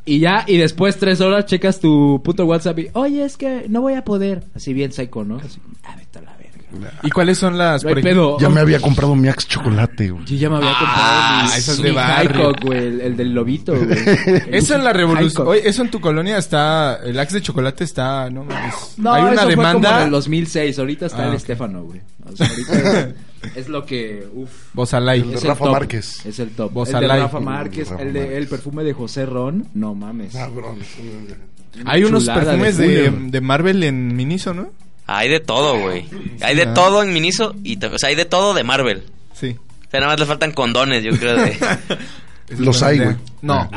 Y ya, y después tres horas checas tu puto WhatsApp y, oye, es que no voy a poder. Así bien psycho, ¿no? Así, ah, vete a la verga.
¿Y cuáles son las?
No hay
Pues, por ej-
pedo.
Ya me había comprado mi axe chocolate, güey.
Yo ya me había comprado
Ah,
mi,
esas
mi
de barrio.
Highcock, güey, el, el del lobito, güey.
[LAUGHS] Eso en la revolución.
Highcock.
Oye, eso en tu colonia está. El axe de chocolate está. No, mames.
No,
Hay una
eso fue como en
demanda.
el 2006. Ahorita está
Ah,
el
ok.
[LAUGHS] Estefano, güey. O sea, ahorita Es lo que. Uf.
Bozalay.
El de
es el
Rafa
top.
Márquez.
Es el top.
Vos
el de
alay.
Rafa Márquez,
Rafa
el, de,
Márquez.
el perfume de José Ron. No mames.
Ah, Cabrón.
Hay unos
Chulada
perfumes
de em,
de,
Julio.
de Marvel en Miniso, ¿no?
Hay de todo, güey. Hay de
ah.
todo en Miniso y ta- o sea, hay de todo de Marvel.
Sí.
O sea, nada más le faltan condones, yo creo.
[LAUGHS]
de-
Los hay, güey. Ah.
No.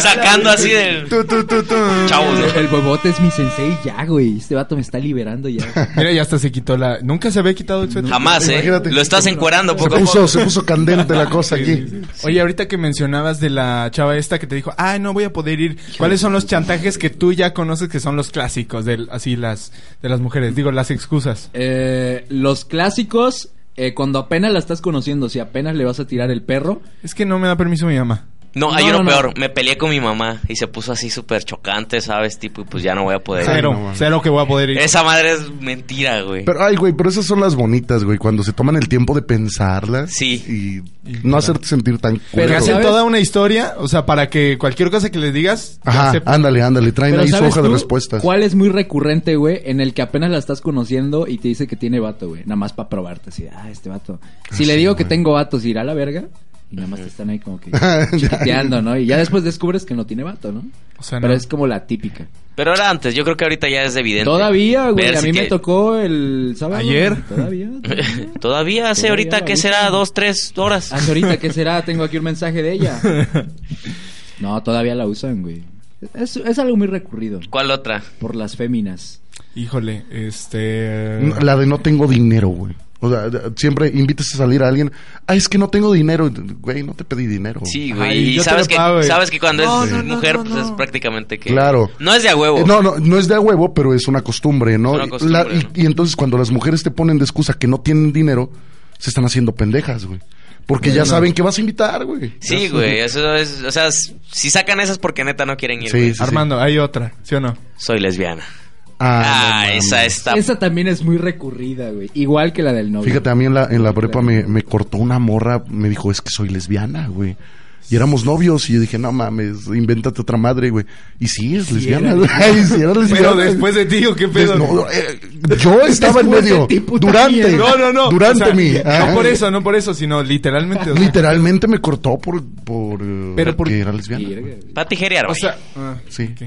sacando así del
Tú, tú, tú, tú.
chavos.
El,
¿no?
el huevote es mi sensei ya, güey. Este vato me está liberando ya.
Mira, ya hasta se quitó la. Nunca se había quitado el suéter.
Jamás, ¿eh?
Imagínate.
Lo estás encuerando
Se
poco a
puso,
poco.
se puso candente la cosa aquí.
Oye, ahorita que mencionabas de la chava esta que te dijo, ah, no voy a poder ir. ¿Cuáles son los chantajes que tú ya conoces que son los clásicos de así las de las mujeres? Digo, las excusas.
[LAUGHS] Eh, los clásicos, eh, cuando apenas la estás conociendo, si apenas le vas a tirar el perro,
Es que no me da permiso mi mamá.
No, hay
No,
uno
no, no.
peor. Me peleé con mi mamá y se puso así súper chocante, ¿sabes? Tipo, y pues ya no voy a poder.
Cero,
no mames.
cero que voy a poder ir.
Esa madre es mentira, güey.
Pero, ay, güey, pero esas son las bonitas, güey. Cuando se toman el tiempo de pensarlas.
Sí.
Y no hacerte sentir tan
Te
Pero,
culero.
hacen
¿sabes?
toda una historia, o sea, para que cualquier cosa que les digas, ya
Ajá,
acepten.
ándale, ándale. Traen
Pero
ahí su
¿sabes
hoja de
tú
respuestas.
¿Cuál es muy recurrente, güey? En el que apenas la estás conociendo y te dice que tiene vato, güey. Nada más para probarte. Así, ah, este vato. Si le digo que tengo vatos, irá a la verga. Y nada más te están ahí como
[LAUGHS]
que chiquiteando, ¿no? Y ya después descubres que no tiene vato, ¿no?
O sea,
Pero
no.
es como la típica.
Pero era antes, yo creo que ahorita ya es evidente.
Todavía, güey.
Ver
A
si
mí me
que-
tocó el sábado.
Ayer.
Todavía. todavía.
[LAUGHS] Todavía hace
Todavía
ahorita,
la
¿qué
usan.
será? Dos, tres horas.
Hasta ahorita, ¿qué será? Tengo aquí un mensaje
[LAUGHS]
de ella. No, todavía la usan, güey. Es, es algo muy recurrido.
¿Cuál otra?
Por las féminas.
Híjole, este
La de no tengo dinero, güey. O sea, siempre invitas a salir a alguien. Ah, es que no tengo dinero. Güey, no te pedí dinero.
Sí,
Ay,
güey. Y
yo te
sabes
lo
que,
pago, güey.
sabes que cuando
No,
es
no, no,
mujer,
no,
pues es
no.
prácticamente que.
Claro.
No es de a huevo.
Eh, no, no, no es de a huevo, pero es una costumbre, ¿no?
Es una costumbre,
La- y,
¿no?
y entonces cuando las mujeres te ponen de excusa que no tienen dinero, se están haciendo pendejas, güey. Porque ya saben que vas a invitar, güey.
Sí,
Ya-
güey. Eso es. O sea, s- si sacan esas porque neta no quieren ir.
Sí,
güey.
sí.
Armando, hay otra, ¿sí o no?
Soy lesbiana.
Ah,
Ah,
no
esa
mames.
está.
Esa también es muy recurrida, güey. Igual que la del novio.
Fíjate, a mí en la, en la prepa me, me cortó una morra, me dijo, es que soy lesbiana, güey. Y éramos novios y yo dije, no mames, invéntate otra madre, güey. Y sí, es lesbiana,
era
güey. [LAUGHS] Y sí, era lesbiana.
Pero después de ti, ¿o qué
Des-
pedo?
no, eh, yo estaba en
Después de
medio.
ti, puta
durante.
mierda.
No, no, no.
Durante
O sea,
mi. ¿ah?
No
ajá.
por eso, no por eso, sino literalmente. o sea,
Literalmente me cortó por. por eh,
Pero por-
porque era lesbiana.
Verga, güey.
Para tijerear,
o
güey.
sea, ah,
Sí.
ok.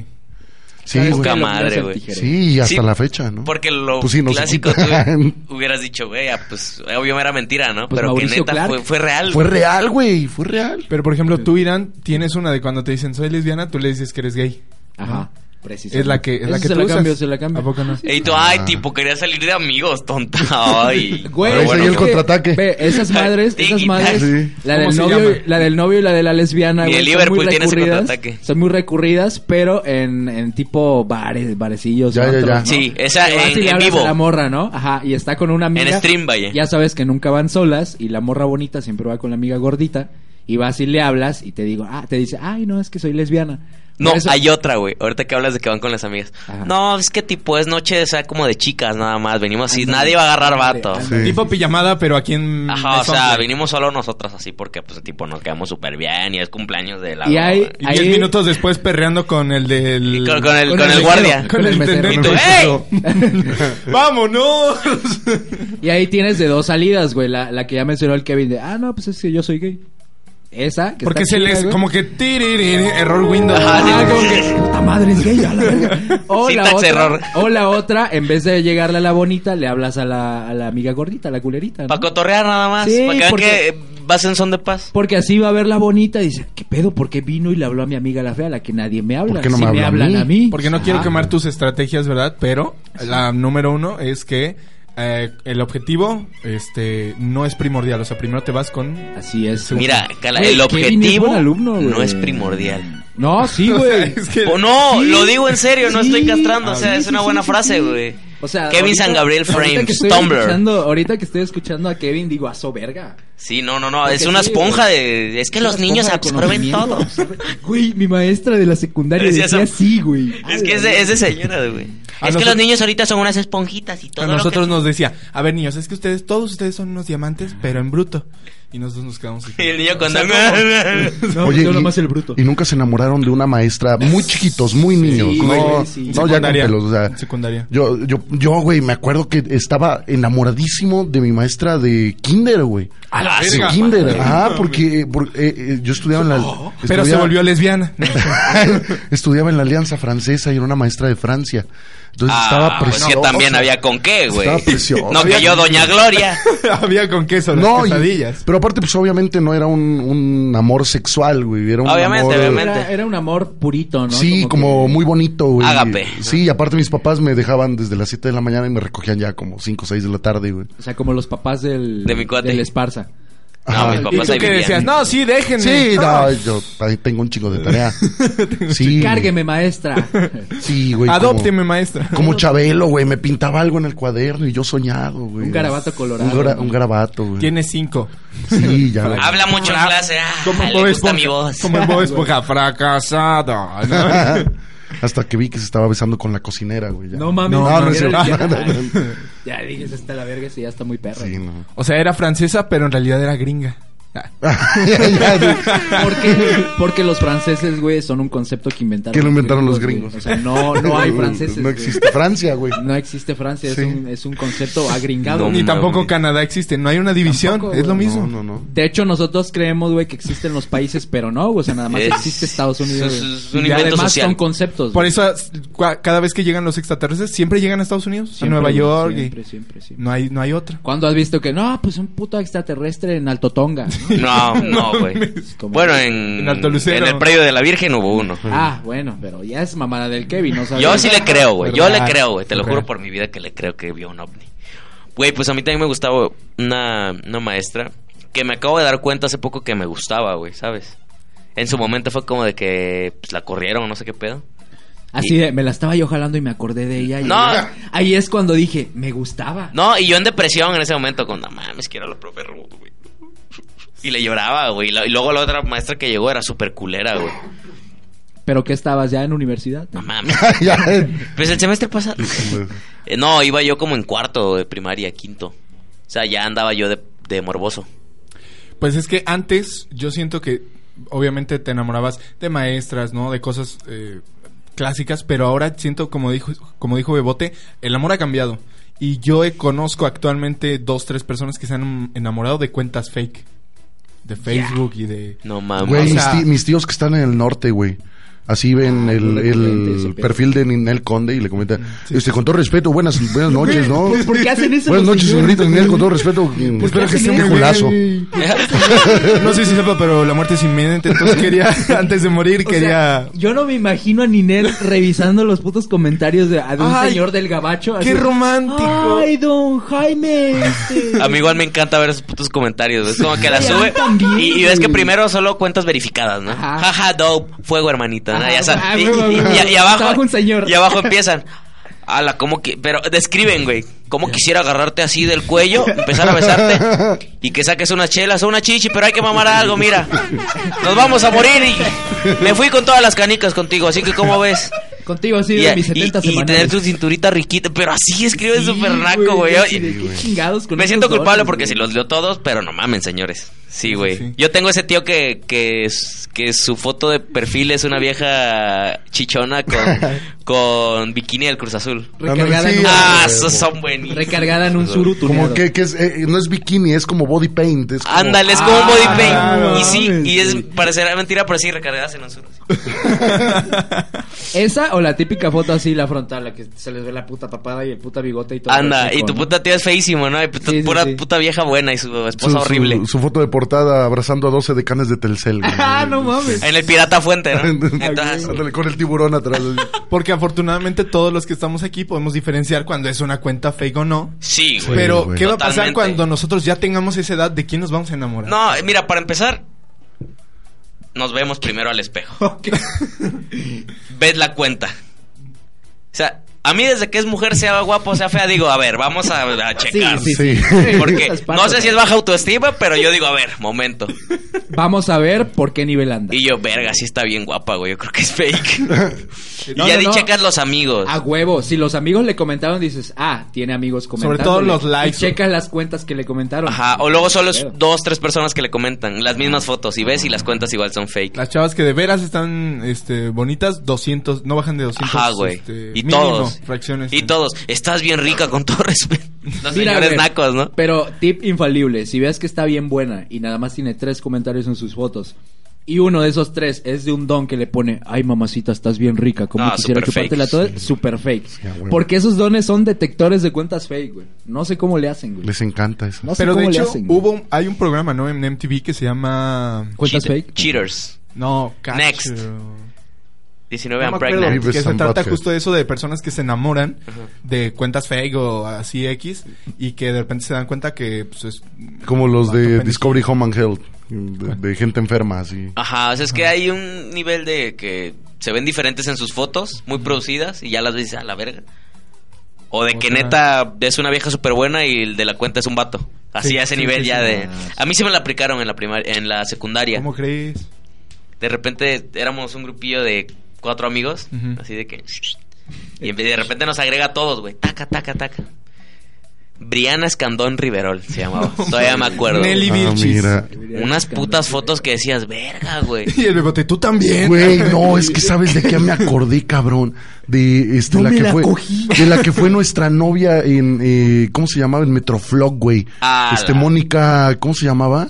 Sí,
¿Sabes
güey.
qué? Lo
madre,
mío es el
güey.
tijere.
Sí, y hasta
Sí,
la fecha, ¿no?
Porque lo
Pues sí, no se
clásico
quitan.
tú [LAUGHS] hubieras dicho, güey, ah, pues obvio era mentira, ¿no?
Pues
Pero que
Mauricio
neta
Clark.
fue, fue real.
Fue
güey.
real, güey. Fue real.
Pero por ejemplo, tú Irán tienes una de cuando te dicen soy lesbiana, tú le dices que eres gay.
Ajá. Precisamente.
Es la que es la
Esa
que
se
tú
la
usas.
cambio, se la cambio.
¿A poco no?
Y tú,
Ah.
ay, tipo, quería salir de amigos, tonta. [LAUGHS] Ay.
Eh, Güey,
Pero
es
bueno,
que-
el contraataque.
Ve,
[LAUGHS]
esas madres, esas
Tiki-taka.
madres,
Sí.
la,
¿Cómo
del
se
novio,
llama?
la del novio y la de la lesbiana,
Ni
güey,
el
son muy
Liverpool tiene ese
recurridas,
contraataque.
son muy recurridas, pero en, en tipo bares, barecillos,
Ya, ya,
antros,
ya.
¿no?
Sí, esa
Que vas y
en,
le
en
hablas
vivo.
a la morra, ¿no? Ajá, y está con una amiga.
En stream, vaya.
Ya sabes que nunca van solas y la morra bonita siempre va con la amiga gordita y vas y le hablas y te digo, ah, te dice, ay, no, es que soy lesbiana.
No,
Por eso-
hay otra, güey. Ahorita que hablas de que van con las amigas.
Ajá.
No, es que tipo es noche, o sea, como de chicas nada más. Venimos así,
Ándale,
nadie va a agarrar
ándale,
vato.
ándale.
Sí.
Tipo pijamada, pero aquí en
Ajá, o
Mesón,
sea,
güey.
vinimos solo nosotras así porque, pues, tipo, nos quedamos súper bien y es cumpleaños de la...
Y hay-
güey.
Y
Ahí-
10 minutos después perreando con el del
Y con- con el- con el guardia.
Con el
mesero.
intendente. ¡Ey!
[LAUGHS]
¡Vámonos!
[LAUGHS] Y ahí tienes de dos salidas, güey. La, la que ya mencionó el Kevin de, ah, no, pues es que yo soy gay. Esa. Que
Porque
está
se
chida,
les
güey.
como que tiririrí, error Windows.
Ajá, sí.
Ah, como que, puta madre, es gay, a la verga.
[LAUGHS]
O la,
Syntax
otra,
error.
o la otra, en vez de llegarle a la bonita, le hablas a la, a la amiga gordita, a la culerita. ¿no?
Para cotorrear nada más.
Sí,
para que vean
porque-
que eh, vas en son de paz.
Porque así va a ver la bonita y dice, ¿qué pedo? ¿Por qué vino y le habló a mi amiga la fea, a la que nadie me habla?
¿Por qué no
Si
me habla a
hablan
mí?
a mí.
Porque no quiero
Ajá.
quemar tus estrategias, ¿verdad? Pero la número uno es que eh, el objetivo este, no es primordial. O sea, primero te vas con...
Así es.
Mira, Cala,
Güey,
el
Kevin es
objetivo
buen alumno, güey.
no es primordial.
[LAUGHS]
No, [LAUGHS] sí, güey.
Es que-
O no,
Sí.
lo digo en serio, no
Sí.
estoy castrando. O sea,
Sí,
es
sí,
una
sí,
buena
sí,
frase,
sí.
güey.
O sea,
Kevin
ahorita-
San Gabriel
ahorita que
Frames,
estoy
Tumblr.
escuchando- ahorita que estoy escuchando a Kevin, digo, aso verga.
Sí, no, no, no,
Porque
es una
sí,
esponja
güey.
de... Es que
Es
los
una
niños
esponja de
absorben
conocimiento,
todo.
absorben- [LAUGHS] Güey, mi maestra de la secundaria
Decía
decía,
eso.
así, güey.
Es que es de, es de señoras, güey.
A
es que
nosotros-
los niños ahorita son unas esponjitas y todo.
A
lo que-
nosotros nos decía, a ver niños, es que ustedes, todos ustedes son unos diamantes, pero en bruto. Y nosotros nos quedamos aquí.
[LAUGHS] Y el niño con...
[LAUGHS]
No,
Oye,
yo
y-
nomás el bruto.
Y nunca se enamoraron de una maestra muy chiquitos, muy niños. no,
güey, sí.
no, ya con pelos, o sea,
En secundaria.
Yo, yo, yo, güey, me acuerdo que estaba enamoradísimo de mi maestra de kinder, güey.
A
Ah,
la
De
verga.
kinder, ah, porque, porque, eh, eh, yo estudiaba en la...
Pero se
estudiaba-
volvió lesbiana.
[LAUGHS]
[LAUGHS]
estudiaba en la Alianza Francesa y era una maestra de Francia. Entonces
Ah,
estaba
pues
preciosa.
que también había con qué, güey.
Estaba preciosa.
No que yo, Doña Gloria.
Había con queso, las
No, y-
quesadillas.
pero aparte, pues obviamente no era un, un amor sexual, güey. Era un
Obviamente,
amor-
obviamente.
Era, era un amor purito, ¿no?
Sí, como,
que-
muy bonito, güey.
Ágape.
Sí, y aparte mis papás me dejaban desde las 7 de la mañana y me recogían ya como 5 o 6 de la tarde, güey.
O sea, como los papás del...
De mi cuate.
Del Esparza.
No, Ah, mis
Ajá.
¿Y
papás
tú
ahí
qué
vivían.
decías? No, sí, déjenme.
Sí,
Ah,
no, yo ahí tengo un chingo de tarea.
[LAUGHS]
sí,
Cárgueme, maestra.
[LAUGHS] Sí, güey. como-
Adópteme, maestra.
Como Chabelo, güey, me pintaba algo en el cuaderno y yo soñado, güey.
Un garabato colorado.
Un, gra- un garabato, güey.
Tiene cinco.
Sí,
[LAUGHS]
ya. güey.
[LAUGHS] Habla mucho en clase. Ah,
Como en
le
Bob
gusta
Esponja.
mi voz.
Como en Bob Esponja. Fracasada. ¿no?
[LAUGHS] Hasta que vi que se estaba besando con la cocinera, güey. ya.
No mames.
No,
ya
no es
era-
cierto.
ya-
No, no,
Ya dije, "Esa está la verga, sí, ya está muy perro.
Sí,
[LAUGHS]
no.
O sea, era francesa, pero en realidad era gringa. Ah,
Ya, ya, [LAUGHS] ya.
¿Por qué? Porque los franceses, güey, son un concepto que inventaron.
Que lo inventaron los gringos.
güey. O sea, no, no hay franceses.
[LAUGHS] No
güey.
existe Francia, güey.
No existe Francia,
Sí.
es, un, es un concepto agringado.
No
Ni
güey.
tampoco
mames.
Canadá existe. No hay una división.
Tampoco,
es lo
güey.
mismo.
No, no, no.
De hecho, nosotros creemos, güey, que existen los países, pero no, güey. O sea, nada más
Es-
existe Estados Unidos.
es-
güey.
es un
y
invento
además
social.
son conceptos.
Por
güey.
eso, as- cua- cada vez que llegan los extraterrestres, siempre llegan a Estados Unidos,
Siempre,
a Nueva
güey,
York. y-
Siempre, siempre, siempre.
No hay, no hay otra.
¿Cuándo has visto que no, pues un puto extraterrestre en Alto Tonga?
[LAUGHS]
¿no?
No, no, güey.
Es como-
Bueno, en,
En Alto Lucero.
en el predio de la Virgen hubo uno.
Ah, bueno, pero ya es mamada del Kevin, ¿no sabes?
Yo sí le creo, güey. Yo le
¿Verdad?
creo, güey. Te lo
Ok.
juro por mi vida que le creo que vio un ovni. Güey, pues a mí también me gustaba una, una maestra que me acabo de dar cuenta hace poco que me gustaba, güey, ¿sabes? En su momento fue como de que pues, la corrieron, no sé qué pedo.
Así de, me la estaba yo jalando y me acordé de ella. y
No.
ahí- Ahí es cuando dije, me gustaba.
No, y yo en depresión en ese momento, con, no mames, quiero a la profe Ruth, güey. Y le lloraba, güey. Y la- y luego la otra maestra que llegó era súper culera, güey.
¿Pero qué estabas ya en universidad?
No
[LAUGHS]
mames.
[LAUGHS] Ya, eh.
Pues el semestre pasado. Eh, no, iba yo como en cuarto de primaria, quinto. O sea, ya andaba yo de, de morboso.
Pues es que antes yo siento que obviamente te enamorabas de maestras, ¿no? De cosas eh, clásicas, pero ahora siento como dijo como dijo Bebote, el amor ha cambiado. Y yo eh, conozco actualmente dos, tres personas que se han enamorado de cuentas fake. De Facebook y de...
No mames.
Güey,
O
mis,
sea-
tí- mis tíos que están en el norte, güey. Así
Ah,
ven el,
recurrente ese
el
pedo.
perfil de Ninel Conde y le comentan, este, con todo respeto, buenas, buenas noches, ¿no?
Mm, Pues, ¿por qué hacen eso
Buenas
los
noches,
señores? Pues,
señorita Ninel, con todo respeto. pues, Espero que
hacen
esté un
eso?
culazo.
No sé si sepa, pero la muerte es inminente, entonces quería, [LAUGHS] antes de morir,
O sea,
quería...
yo no me imagino a Ninel revisando los putos comentarios de, de un
Ay,
señor del gabacho.
¡Qué romántico!
¡Ay, don Jaime!
[LAUGHS]
este,
A mí igual me encanta ver esos putos comentarios. Es como que la
Sí, a mí
sube.
también,
Y, y ves que
güey.
primero solo cuentas verificadas, ¿no?
Ajá.
Jaja, dope, fuego, hermanita. ¿no?
Ajá,
Ya sabes.
ah,
Y,
huevo,
y-
huevo.
y- y abajo.
Abajo un señor.
Y abajo empiezan. Ala, ¿cómo que.? Pero describen, güey. ¿Cómo quisiera agarrarte así del cuello, empezar a besarte y que saques unas chelas o una chichi, pero hay que mamar algo, mira. Nos vamos a morir y me fui con todas las canicas contigo, así que ¿cómo ves?
Contigo así
Y,
de mis
y-
70
y tener
semanas.
tu cinturita riquita, pero así escribe súper naco, güey. Y-
chingados con
me
esos
siento culpable
dones,
porque
güey?
si los leo todos, pero no mamen, señores. Sí, güey.
sí.
Yo tengo ese tío que, que, es- que su foto de perfil es una vieja chichona
[LAUGHS]
con, con bikini del Cruz Azul.
Recargada en
Sí,
un-
Ah,
güey.
esos son buenísimos.
Recargada en un suru
Como que, que es, eh, no es bikini, es como body paint. Es como-
Ándale, es como un
Ah,
body paint.
no
y sí,
mames,
y es,
güey.
parecerá mentira, pero sí, recargadas en un sur.
Esa o la típica foto así, la frontal, la que se les ve la puta papada y el puta bigote y todo.
Anda,
rico,
y tu
¿no?
puta tía es feísimo, ¿no? Y puta-
Sí, sí,
pura
sí.
puta vieja buena y su
su,
esposa
su-
horrible.
su foto de portada abrazando a 12 decanes de Telcel. güey.
[LAUGHS] [LAUGHS] Ah, no mames. Ah,
En el Pirata
[LAUGHS]
Fuente,
[LAUGHS]
¿no? Entonces,
Ándale, con el tiburón atrás.
Porque afortunadamente todos los que estamos aquí podemos diferenciar cuando es una cuenta fake o no.
sí, güey.
Pero,
güey.
¿qué va a pasar
Pues, Totalmente.
cuando nosotros ya tengamos esa edad? ¿De quién nos vamos a enamorar?
No, mira, para empezar, nos vemos primero al espejo. Ves la cuenta. O sea, A mí desde que es mujer, sea guapo o sea fea, digo, a ver, vamos a, a checar.
sí, sí.
Porque
Esas patas.
no sé si es baja autoestima, pero yo digo, a ver, momento.
Vamos a ver por qué nivel anda.
Y yo, verga, sí está bien guapa, güey. Yo creo que es fake. y
No,
ya
no,
di
no. Ah,
checas los amigos.
A huevo, si los amigos le comentaron, dices, ah, tiene amigos
Sobre
comentando.
todo los likes.
Y checas las cuentas que le comentaron.
Ajá, o luego solo es
Pero-
dos, tres personas que le comentan las mismas fotos y ves y las cuentas igual son fake.
Las chavas que de veras están este, bonitas, 200, no bajan de 200.
Ajá, güey.
este,
y
mínimo,
todos.
Fracciones.
Y todos. Estás bien rica con todo
[LAUGHS]
respeto. Los
Mira,
señores
güey,
nacos, ¿no?
Pero tip infalible, si ves que está bien buena y nada más tiene tres comentarios en sus fotos y uno de esos tres es de un don que le pone, ay mamacita, estás bien rica, como
Ah,
quisiera
super
chupártela
fake.
toda, super fake.
Sí, a huevo.
Porque esos dones son detectores de cuentas fake, güey. No sé cómo le hacen, güey.
[LAUGHS] Les encanta eso.
No sé
Pero de
cómo le
hecho,
hacen, güey.
hubo, un- hay un programa, ¿no? En MTV que se llama.
cuentas
Cheat-
fake.
Cheaters.
No, Catch,
Next.
uh,
19
no
and
me acuerdo,
pregnant.
Beavis
que se
and
trata
Butthead.
justo de eso de personas que se enamoran de cuentas fake o así X y que de repente se dan cuenta que pues, es
Como los
Vato
de
pendejo.
Discovery Home and Health. De, de gente enferma, así.
Ah,
Ajá, o sea, es que hay un nivel de que se ven diferentes en sus fotos, muy producidas, y ya las ves y dices, a la verga. O de que
Otra.
neta es una vieja súper buena y el de la cuenta es un vato. Así
Sí,
a ese
sí,
nivel
sí,
ya
sí.
de... A mí se me la aplicaron en la, primaria, en la secundaria.
¿Cómo crees? [LAUGHS]
De repente éramos un grupillo de cuatro amigos,
Ujú.
así de que... Y en vez- de repente nos agrega a todos, güey. Taca, taca, taca. Briana Escandón Riverol se llamaba. Todavía me acuerdo.
Nelly
Ah,
Virchis.
mira.
Unas putas fotos que decías, verga,
[LAUGHS]
güey.
Y el bebote, tú también.
Güey,
[LAUGHS]
no, es que sabes de qué me acordé, cabrón. De este,
No
la
me
que
la
fue.
cogí.
De la que fue nuestra novia en. eh, ¿Cómo se llamaba? En Metroflog, güey.
Ah,
este,
la-
Mónica. ¿Cómo se llamaba?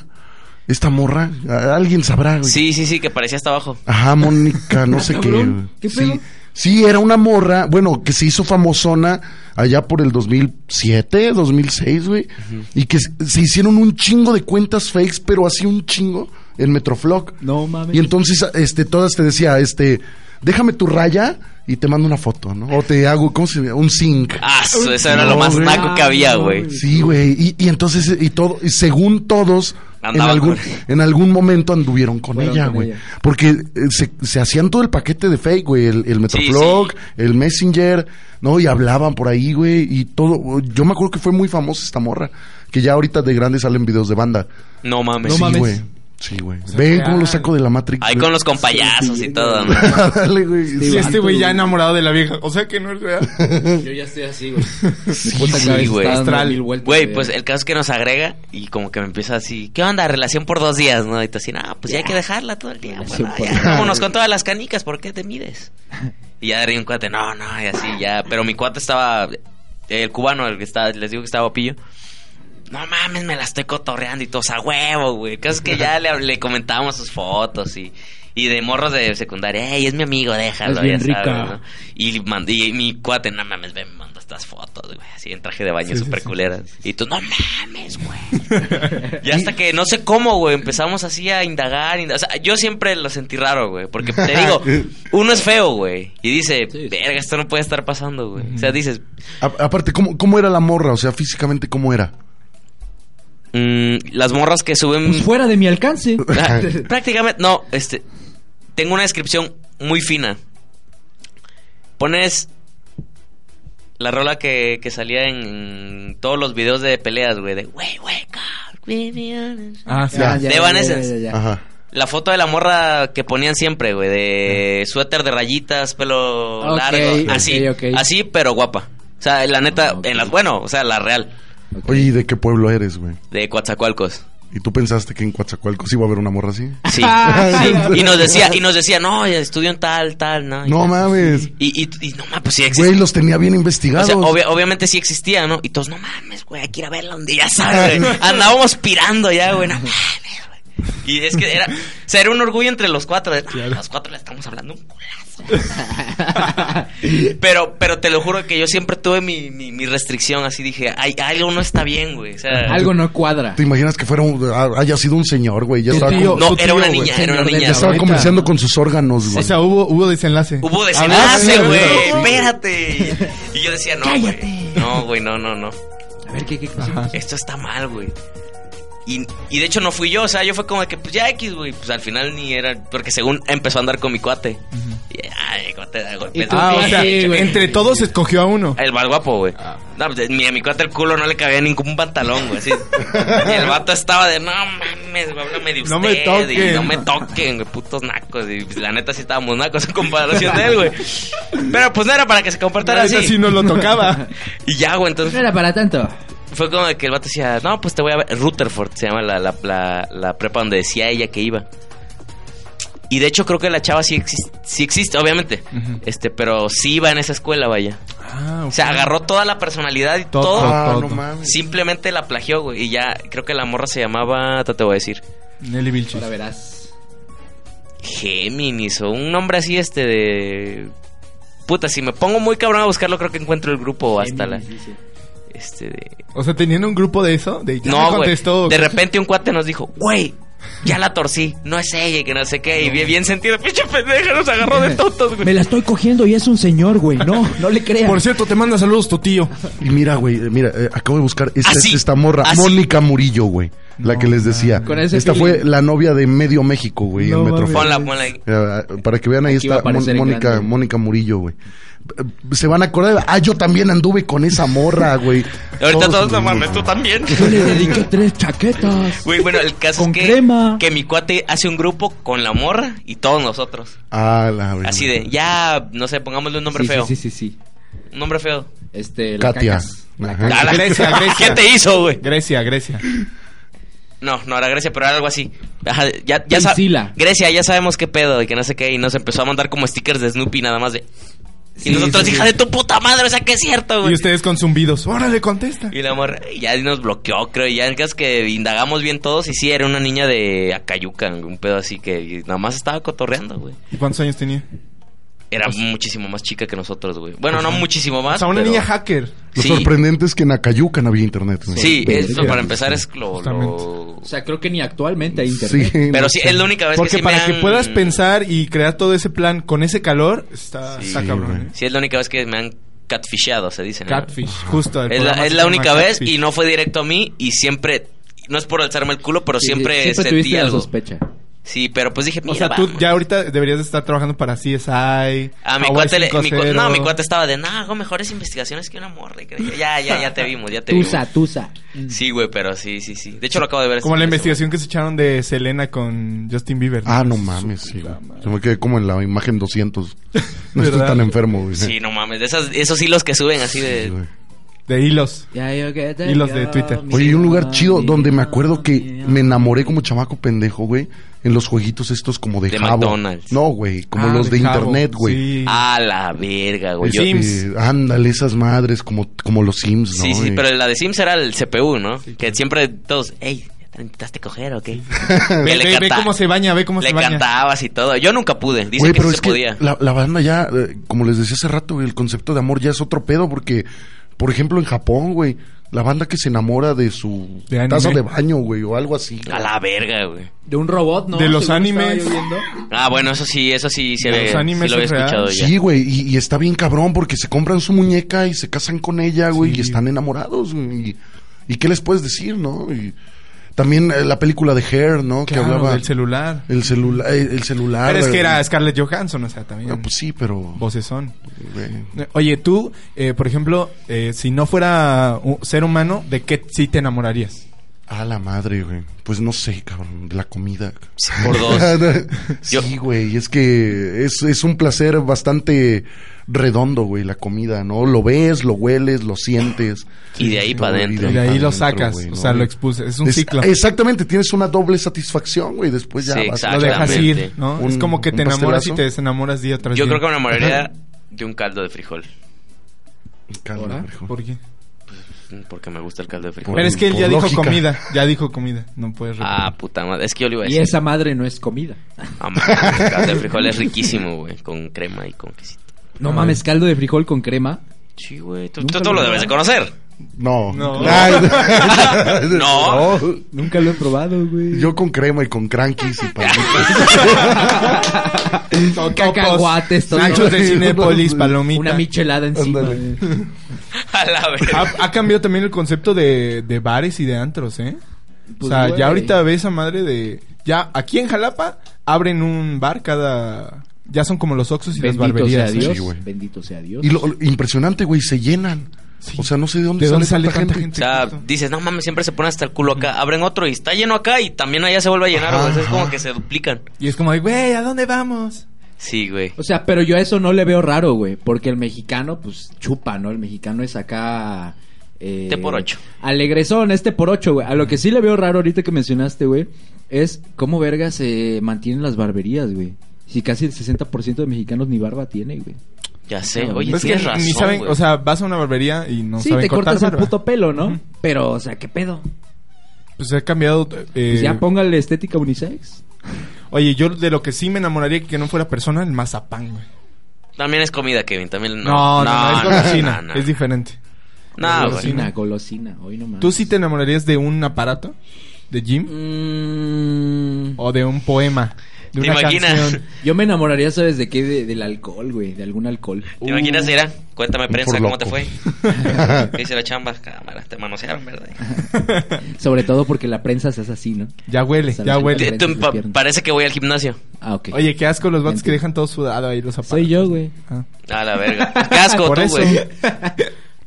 Esta morra. A- Alguien sabrá, güey.
Sí, sí, sí, que parecía hasta abajo.
Ajá, Mónica, no sé qué.
Cabrón, ¿qué pedo?
sí, sí, era una morra, bueno, que se hizo famosona allá por el 2007, 2006, güey. Y que se se hicieron un chingo de cuentas fakes, pero así un chingo en Metroflog.
No mames.
Y entonces, este, todas te decía, este, déjame tu raya y te mando una foto, ¿no? O te hago, ¿cómo se llama? Un zinc.
Ah, su- eso era
No,
lo más
güey.
naco que había, güey.
Sí, güey. Y, y entonces, y todo, y según todos, en
Andaban
algún,
con-
en algún momento anduvieron con
Fueron
ella,
con
güey.
ella.
Porque eh, se, se hacían todo el paquete de fake, güey. El, el Metroflog,
sí.
el Messenger, ¿no? Y hablaban por ahí, güey. Y todo. Yo me acuerdo que fue muy famosa esta morra. Que ya ahorita de grande salen videos de banda.
No mames.
No
sí,
mames.
güey. Sí, güey. Ven cómo lo saco de la Matrix.
Pues Ahí
güey.
con los compayasos y todo, ¿no?
[LAUGHS] Dale, güey.
Sí,
Sí,
este güey ya enamorado de la vieja. O sea que no es [LAUGHS] real.
Yo ya estoy así, güey. Mi puta
sí,
cabeza está
güey.
dando
Astral.
mil vueltas,
Güey, pues el caso es que nos agrega y como que me empieza así, ¿qué onda? Relación por dos días, ¿no? Y tú así, no, pues ya hay que dejarla todo el día.
Relación
bueno,
por
ya,
dos
vámonos con todas las canicas, ¿por qué te mides? Y ya daría un cuate, no, no, y así, ya. Pero mi cuate estaba, el cubano, el que está, les digo que estaba pillo. No mames, me la estoy cotorreando y todo, a huevo, güey. El caso es que ya le, le comentábamos sus fotos y, y de morros de secundaria, ey, es mi amigo, déjalo,
Es bien
ya sabes,
rica.
¿no? Y, mand- y mi cuate, no mames, ven, me mandó estas fotos, güey, así en traje de baño,
Sí,
super
sí, sí.
culeras. Y tú, no mames,
[LAUGHS]
güey. y hasta que, no sé cómo, güey, empezamos así a indagar. inda- O sea, yo siempre lo sentí raro, güey, porque te
[LAUGHS]
digo, uno es feo, güey, y dice,
Sí, sí.
verga, esto no puede estar pasando, güey. O sea, dices,
A- aparte, ¿cómo, ¿cómo era la morra? O sea, físicamente, ¿cómo era?
mm, las morras que suben...
Pues fuera de mi
[LAUGHS]
alcance.
Ah, [LAUGHS] Prácticamente, no, este. Tengo una descripción muy fina. Pones la rola que, que salía en todos los videos de peleas, güey, de "Wey, wake up, give me an-".
ah, sí.
Ya.
De Evanescence.
Ajá.
La foto de la morra que ponían siempre, güey, de suéter de rayitas, pelo
Ok, ok,
largo, así,
ok.
así, pero guapa. O sea, la neta,
Ah, ok.
en las, bueno, o sea, la real,
Ok.
Oye, ¿y de qué pueblo eres, güey?
de Coatzacoalcos.
¿Y tú pensaste que en Coatzacoalcos iba a haber una
[LAUGHS]
morra así?
[LAUGHS]
Sí,
Ah,
sí. Y nos decía, y nos decía, no, estudio en tal, tal, ¿no? Y
No
tal.
mames.
Y, y, y no mames, pues sí existe.
Güey, los tenía bien
O
investigados.
sea, obvia- obviamente sí existía, ¿no? Y todos, no mames, güey, hay que ir a verla un día, ¿sabes? güey? Andábamos pirando ya, güey, no mames, güey. Y es que era, o sea, era un orgullo entre los cuatro. de, "Ah, Los cuatro le estamos hablando un
Ah.
culazo. pero, pero te lo juro que yo siempre tuve mi, mi, mi restricción, así dije, Ay, algo no está bien, güey. O sea,
[LAUGHS] Algo no cuadra.
¿Te imaginas que fuera un- ah, haya sido un señor, güey? Ya
Tu
estaba,
tío,
com-
No,
tu
era una
tío, güey.
niña, era una
señor de
niña.
la
estaba
güey.
ahorita.
comerciando con sus órganos,
O
güey.
sea, hubo, hubo desenlace.
Hubo
A
desenlace,
ver, a ver, a
güey,
ver.
espérate. Y yo decía, no, güey. No, güey, no, no, no.
A ver, ¿qué, qué, qué-
esto está mal, güey. Y, y de hecho no fui yo, o sea, yo fue como de que, pues ya X, güey, pues al final ni era, porque según empezó a andar con mi cuate. Ay, ¿cómo te da
Y
golpes?
tú-
Ah, o
Sí,
sea,
güey.
entre todos escogió a uno.
El más guapo, güey.
Ah.
No, pues, ni a mi cuate el culo no le cabía ningún pantalón, güey. así. y el vato estaba de, no mames, güey, háblame de usted.
No me toquen.
y no me toquen, güey, putos nacos. Y pues, la neta sí estábamos nacos en comparación de él, güey. Pero pues no era para que se comportara
Ese
así.
sí nos lo tocaba.
Y ya, güey,
No
entonces
era para tanto.
fue como de que el vato decía, no, pues te voy a ver. Rutherford se llama la, la, la, la prepa donde decía ella que iba. Y de hecho creo que la chava sí, exis- sí existe, obviamente. Este, pero sí iba en esa escuela, vaya.
Ah,
O sea, agarró toda la personalidad y
Todo.
todo.
Ah, no
Toto.
mames.
Simplemente la plagió, güey. Y ya, creo que la morra se llamaba, ahorita te voy a decir,
[LAUGHS] Nelly Vilchis.
Ahora verás.
Géminis o un nombre así, este de. Puta, si me pongo muy cabrón a buscarlo, creo que encuentro el grupo hasta la.
Sí, sí.
Este de.
O sea, teniendo un grupo de eso, de ya me
No, güey.
contestó.
De repente un cuate nos dijo, güey, ya la torcí, no es ella, y que no sé qué. Y bien, bien sentido, pinche pendeja, nos agarró de tontos,
Me
güey.
la estoy cogiendo y es un señor, güey. No, no le creas.
Por cierto, te manda saludos tu tío.
Y mira, güey, eh, mira, eh, acabo de buscar esta,
Así,
esta morra,
así.
Mónica Murillo, güey, la
No,
que les decía.
Con ese
Esta
feeling.
fue la novia de Medio México, güey,
No
en Metrofón. [LAUGHS]
Ponla, ponla ahí.
Eh, Para que vean ahí
Aquí va a
está Mon-
aparecer en
Mónica,
grande.
Mónica Murillo, güey. Eh, Se van a acordar, ah, yo también anduve con esa morra, güey.
Ahorita todos, no
nos-
mames, tú también.
Yo le dediqué tres chaquetas.
Güey, bueno, el caso
Con
es que,
crema.
que mi cuate hace un grupo con la morra y todos nosotros.
Ah, la verga.
Así de, ya, no sé, pongámosle un nombre
Sí, sí,
feo.
Sí, sí, sí.
Un nombre feo.
Este, la
Katia.
cacas. La
Ajá.
cacas.
Ah, la-
Grecia, Grecia.
[LAUGHS] ¿Qué te hizo, güey?
Grecia, Grecia.
No, no era Grecia, pero era algo así. Ajá, ya, ya sa-
Priscila.
Grecia, ya sabemos qué pedo y que no sé qué. Y nos empezó a mandar como stickers de Snoopy nada más de... Y
Sí,
nosotros,
sí,
hija
sí.
de tu puta madre, o sea, que es cierto, güey.
Y ustedes con zumbidos. Órale, contesta.
Y la morra y ya nos bloqueó, creo. Y ya en caso que indagamos bien todos. Y sí, era una niña de Acayucan, un pedo así que y nada más estaba cotorreando, güey.
¿Y cuántos años tenía?
Era muchísimo más chica que nosotros, güey. Bueno, no muchísimo más.
Pues o sea, una
Ah, pero-
niña hacker.
Lo
Sí.
sorprendente es que en Acayucan había internet. güey.
Sí,
Verga.
eso para empezar es lo. lo-
Justamente.
O sea, creo que ni actualmente hay internet.
Sí,
Pero sí, es la única vez
Porque
que sí
para
me
que
han-
puedas pensar y crear todo ese plan con ese calor, está,
Sí,
está cabrón.
güey.
¿eh?
Sí, es la única vez que me han catfishado, se dice. ¿no?
Catfish, justo. el
Es
programa
la, es
se
la
llama
única vez
Catfish.
y no fue directo a mí. Y siempre. No es por alzarme el culo, pero
Sí,
siempre,
sí, siempre tuviste
sentí
la
algo.
sospecha.
Sí, pero pues dije, mira,
O sea, tú
vamos.
ya ahorita deberías de estar trabajando para CSI.
A mi
Hawaii
cuate, le- mi cu-
5-0.
no, mi cuate estaba de, no, hago mejores investigaciones que una morra. y que- Ya, ya, ya te vimos, ya
[LAUGHS]
te vimos.
Tusa, tusa.
Sí, güey, pero sí, sí, sí. De hecho, lo acabo de ver. este
Como la
Sí,
investigación que se echaron de Selena con Justin Bieber.
Ah, no mames, sí, güey. Yo me quedé como en la imagen 200. No estoy
¿Verdad?
tan enfermo, güey.
Sí, no eh, mames. de Esas, esos hilos que suben así
Sí,
de.
güey.
De hilos.
Ya yo que te
Y los de
quiero,
Twitter.
mi
Oye, y un lugar
amor,
chido
mi
donde me
amor,
acuerdo
mi
que
amor.
me enamoré como chamaco pendejo, güey. En los jueguitos estos como de,
De
jabo.
McDonald's.
No, güey, como
Ah,
los de,
cabo,
internet, güey.
sí.
A la verga, güey.
Este,
Yo-
Sims.
ándale, esas madres, como, como los Sims, ¿no?
Sí, sí,
güey?
pero la de Sims era el CPU, ¿no? que siempre todos, hey, ¿te intentaste coger o qué? Que
Ve,
le
ve- ve
canta-
cómo se baña, ve cómo
le
se baña.
cantabas y todo. Yo nunca pude. Dice
Güey,
que
pero
sí
es
se
que
podía.
La, la banda ya, eh, como les decía hace rato, güey, el concepto de amor ya es otro pedo porque, por ejemplo, en Japón, güey, la banda que se enamora de su
De anime.
taza de baño, güey, o algo así.
A la verga, güey.
De un robot, ¿no?
De los
Según estaba
animes.
yo viendo.
Ah, bueno, eso sí, eso sí, sí,
Los
había- sí
animes
lo había
es real.
escuchado ya.
Sí, güey, y, y está bien cabrón porque se compran su muñeca y se casan con ella, güey,
Sí.
y están enamorados, güey. Y, y qué les puedes decir, no? Y también eh, la película de Hair,
Claro,
¿no? que hablaba.
del celular.
El, celula- eh, el celular.
Pero es que
eh,
era Scarlett Johansson, o sea, también.
Ah, pues sí, pero.
Voces son.
güey.
Oye, tú, eh, por ejemplo, eh, si no fuera un ser humano, ¿de qué sí te enamorarías?
A la madre, güey. Pues no sé, cabrón, de la comida.
Sí,
[LAUGHS]
por dos.
sí, güey, es que es, es un placer bastante redondo, güey, la comida, ¿no? Lo ves, lo hueles, lo sientes.
Y de ahí
No,
para adentro.
Y de ahí
pa'
lo
adentro,
sacas,
güey,
o
¿no?
sea, lo expulsas. Es un
Es-
ciclo.
Exactamente, tienes una doble satisfacción, güey, después ya
Sí,
vas-
Lo
exacto.
dejas
Exactamente.
ir, ¿no?
Un-
es como que te
un
enamoras y
pastelazo.
te desenamoras día tras
Yo
día.
creo que me enamoraría de un caldo de frijol.
Calma,
¿Ahora?
hijo.
¿Por qué?
Porque me gusta el caldo de
Por-
frijol.
Pero es que él
por
ya dijo
lógica.
comida, ya dijo comida, no puedes repetir. [LAUGHS]
Ah, puta madre. Es que yo le iba a
Y
decir.
esa madre no es comida.
Ah, mames, el caldo de frijol es riquísimo, güey. Con crema y con quesito.
No
Ah.
mames, caldo de frijol con crema.
Sí, güey. Tú,
Nunca
tú- tú
lo
lo debes de conocer. [LAUGHS]
No.
No.
[LAUGHS] Ay,
[LAUGHS] No.
Nunca lo he probado, güey.
[LAUGHS] Yo con crema y con crankies
[LAUGHS]
y palomitas.
Totopos,
Cacahuates, todo.
Nachos
[LAUGHS]
de Cinépolis, palomita.
Una michelada encima.
Ándale.
güey.
A la verga.
[LAUGHS] Ha, ha cambiado también el concepto de, de bares y de antros, ¿eh? o
Pues,
sea,
güey.
ya ahorita ves a madre de... Ya aquí en Jalapa abren un bar cada... Ya son como los Oxxos y las
Bendito sea
barberías. ¿eh?
Dios.
Sí, güey.
bendito sea Dios.
Y lo, lo impresionante, güey, se llenan. O sea, no sé de dónde,
¿De dónde
sale, tanta gente.
O sea,
Justo.
dices, no mames, siempre se pone hasta el culo acá. Abren otro y está lleno acá y también allá se vuelve a llenar.
Ajá,
güey. Es como
ajá.
que se duplican. Pues,
Y es como, de, güey, ¿a dónde vamos?
Sí, güey.
O sea, pero yo a eso no le veo raro, güey. Porque el mexicano, pues, chupa, ¿no? El mexicano es acá... Eh,
Té Este por ocho.
Alegresón, este por ocho, güey. A lo que sí le veo raro ahorita que mencionaste, güey, es cómo verga se mantienen las barberías, güey. Si casi el 60% de mexicanos ni barba tiene, güey.
Ya sé.
Pero
Oye,
Pues Es que
tienes razón.
ni saben,
güey.
o sea, vas a una barbería y no
sí,
saben
te
cortar
cortas el
barba.
puto pelo, ¿no?
Ujú. Eh.
Pero, o sea, ¿qué pedo?
Pues se ha cambiado. eh,
Pues ya póngale estética unisex.
Oye, yo de lo que sí me enamoraría que no fuera persona, el mazapán, güey.
También es comida, Kevin. También
No, no, no, es golosina.
no, no.
Es diferente.
No, güey.
golosina, golosina. Hoy nomás.
¿Tú sí te enamorarías de un aparato? ¿De Jim?
Mm,
¿O de un poema? ¿De
¿Te
una
imaginas? [LAUGHS]
canción?
yo me enamoraría, ¿sabes de qué? De- del alcohol, güey. De algún alcohol.
¿Te imaginas, Ira? Cuéntame, prensa,
por
¿cómo te
loco.
fue? [LAUGHS] ¿Qué hice la chamba? Cámara, [LAUGHS] te manosearon, ¿verdad?
Sobre todo porque la prensa se hace así, ¿no?
Ya huele, ya
Te-
huele.
Prensa
te-
sus
pa-
piernas.
parece que voy al gimnasio.
Ah, ok.
Oye, qué asco los vatos que
Entiendo.
dejan todo sudado ahí los aparatos.
Soy yo, güey.
Ah.
A la [LAUGHS] verga. Qué asco
Por
tú,
eso.
güey.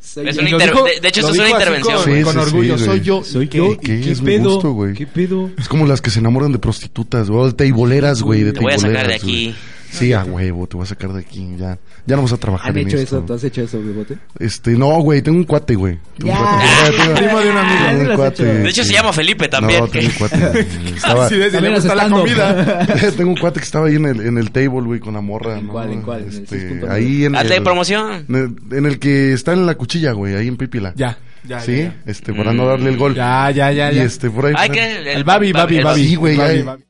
Soy
Es
yo.
una
Lo
inter-
dijo-
de, de hecho,
lo
eso es una
dijo así
intervención,
con-
güey.
con
Sí, sí,
orgullo.
sí,
soy
güey.
yo.
Soy
¿Qué?
yo.
¿Y qué?
¿Qué
Es mi
pedo?
gusto, güey.
¿Qué pedo?
Es como las que se enamoran de prostitutas, güey. o de Teiboleras, güey. De
Te voy a
teiboleras,
sacar de
güey.
aquí.
Sí, a huevo, te voy a sacar de aquí. Ya, ya no vamos a trabajar
¿Han
en
hecho
esto.
eso? ¿Tú has hecho eso, bigote?
Este, no, güey, tengo un cuate, güey. Tengo un
Ya.
cuate. Tengo- tengo-
Primo de un amigo.
Ah, sí
tengo
lo
un
has
cuate.
hecho.
De hecho, se llama Felipe también.
No, tengo un cuate. güey. Estaba-
Así de, si le
También los
gusta la
stand-up.
comida.
[LAUGHS] tengo un cuate que estaba ahí en el, en el table, güey, con la morra.
¿En
¿no?
cuál, en cuál? ¿En el
Este,
6.9?
ahí
[LAUGHS]
en
Hazle
el,
Ah, promoción.
en el que está en la cuchilla, güey, ahí en Pipila.
[LAUGHS] Ya, ya.
sí,
ya,
este, para no darle el gol.
Ya, ya, ya.
Y
ya.
este, por ahí.
Hay
por ahí.
que.
El Babi, Babi,
el
Babi.
Sí, güey,
Babi,
ya.
Babi.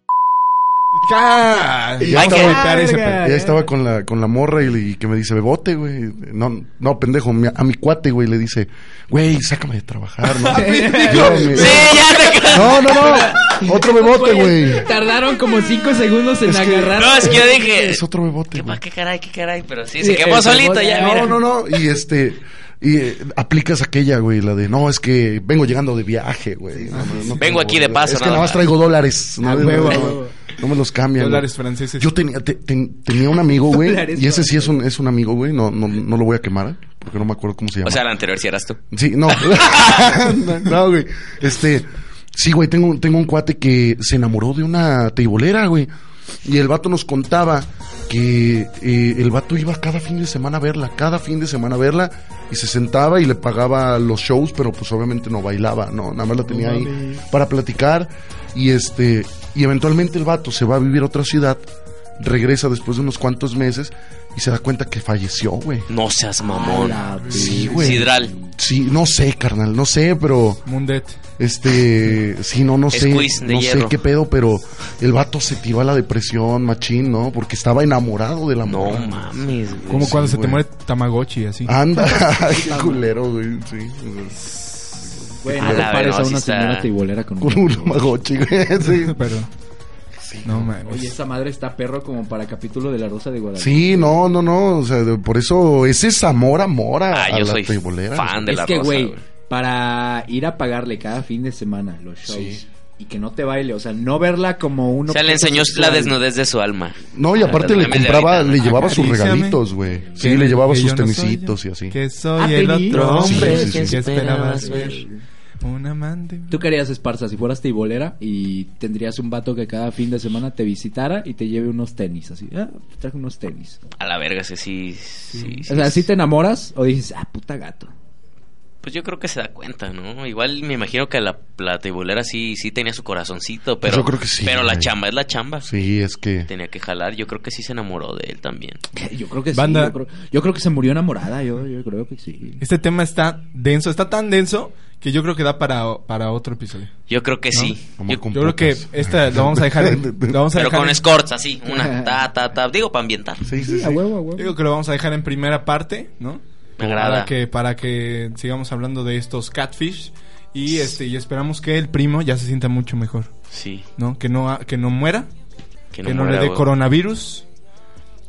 ¡Ca!
Ya
Vamos a
que-
golpear ese
verga.
pe-
Ya estaba con la, con la morra y, le- y que me dice, bebote, güey. No, no, pendejo, mi- a mi cuate, güey, le dice, güey, sácame de trabajar, ¿no? Yo, me-
Sí, ya [LAUGHS] te
No, no, no. Otro bebote, güey.
Pues, Tardaron como 5 segundos en agarrar.
No, es que yo dije.
[LAUGHS] Es otro bebote,
¿Qué, pa-
güey.
qué caray, qué caray? Pero sí,
Sí,
se quemó
el
solito
carbón,
ya,
no,
mira.
No, no, no. Y este. Y eh, aplicas aquella, güey, la de no, es que vengo llegando de viaje, güey. No, no, no
Vengo
tengo,
aquí de
güey.
paso,
Es que
nada
nada más
más.
traigo dólares. No,
A
No,
huevo,
no,
a
no,
huevo.
no me los cambian.
Dólares
güey.
franceses.
Yo tenía, te- ten- tenía un amigo, güey.
Dólares
Y ese sí es un, es un amigo, güey. No, no, no lo voy a quemar, ¿eh? porque no me acuerdo cómo se llama.
O sea, la anterior sí eras tú.
Sí, no. no, no, güey. Este, sí, güey, tengo, un- tengo un cuate que se enamoró de una teibolera, güey. Y el vato nos contaba que eh, el vato iba cada fin de semana a verla, cada fin de semana a verla, y se sentaba y le pagaba los shows, pero pues obviamente no bailaba, no, nada más la tenía ahí para platicar. Y este, y eventualmente el vato se va a vivir a otra ciudad, regresa después de unos cuantos meses y se da cuenta que falleció, güey.
No seas mamón.
A la
Sí, güey.
Sidral.
Sí, no sé, carnal, no sé, pero
Mundet.
este, sí, no, no sé,
Squeeze de
no sé
hierro.
qué pedo, pero el vato se tiró a la depresión, machín, ¿no? Porque estaba enamorado de la
No
morra.
mames, güey.
Como
Sí,
cuando se te
güey. Ah,
muere Tamagotchi, así.
Anda, [LAUGHS] qué culero, güey, sí. o sea,
Bueno,
A la
pares
verga,
a
sí
una
está.
señora teibolera con
Con un magochi, güey, sí.
[LAUGHS] Pero. No mames.
Oye, esa madre está perro como para capítulo de La Rosa de Guadalupe.
Sí, no, no, no, o sea, de- por eso ese es amor, amor a,
Ah,
a
yo
la
soy
teibolera.
fan de
Es
la
que,
rosa,
güey,
güey.
para ir a pagarle cada fin de semana los shows
Sí.
y que no te baile, o sea, no verla como uno.
O sea, le enseñó la desnudez de su alma.
No, y aparte
Pero
le
también de
compraba,
ahorita,
le
¿no?
llevaba sus
Acaríciame.
regalitos, güey. Sí,
Que-
le llevaba
que
sus
yo no soy
tenisitos
yo,
y así.
Que
Ah,
soy el
feliz.
otro
Sí,
hombre
sí, sí,
que
sí.
esperabas ver. Un amante.
¿Tú querías, Esparza, si fueras teibolera y tendrías un vato que cada fin de semana te visitara y te lleve unos tenis? Así, ah, te traje unos tenis.
A la verga, sí, sí. sí, sí.
O sea, ¿sí te enamoras o dices, ah, puta gato? [LAUGHS]
Pues yo creo que se da cuenta, ¿no? Igual me imagino que la, la tibolera sí, sí tenía su corazoncito, pero.
Yo creo que sí,
Pero la
güey.
chamba es la chamba.
Sí, es que
Tenía que jalar. Yo creo que sí se enamoró de él también.
Yo creo que
Banda-
sí. Yo creo, yo creo que se murió enamorada, yo, yo creo que sí.
Este tema está denso, está tan denso que yo creo que da para, para otro episodio.
Yo creo que sí.
amor
Yo-
con
Yo creo que
pocas.
esta lo vamos a dejar.
[LAUGHS]
en- lo vamos a
pero
dejar
con
en-
escorts, así. Una. Ta, ta, ta. Digo, para ambientar.
Sí, sí,
A
sí.
huevo, a huevo.
Digo que lo vamos a dejar en primera parte, ¿no?
Me agrada.
Para que, para que sigamos hablando de estos catfish. Y este, y esperamos que el primo ya se sienta mucho mejor,
Sí.
¿no? Que no, ha- que no muera, que no,
muera,
le dé
güey.
coronavirus. Y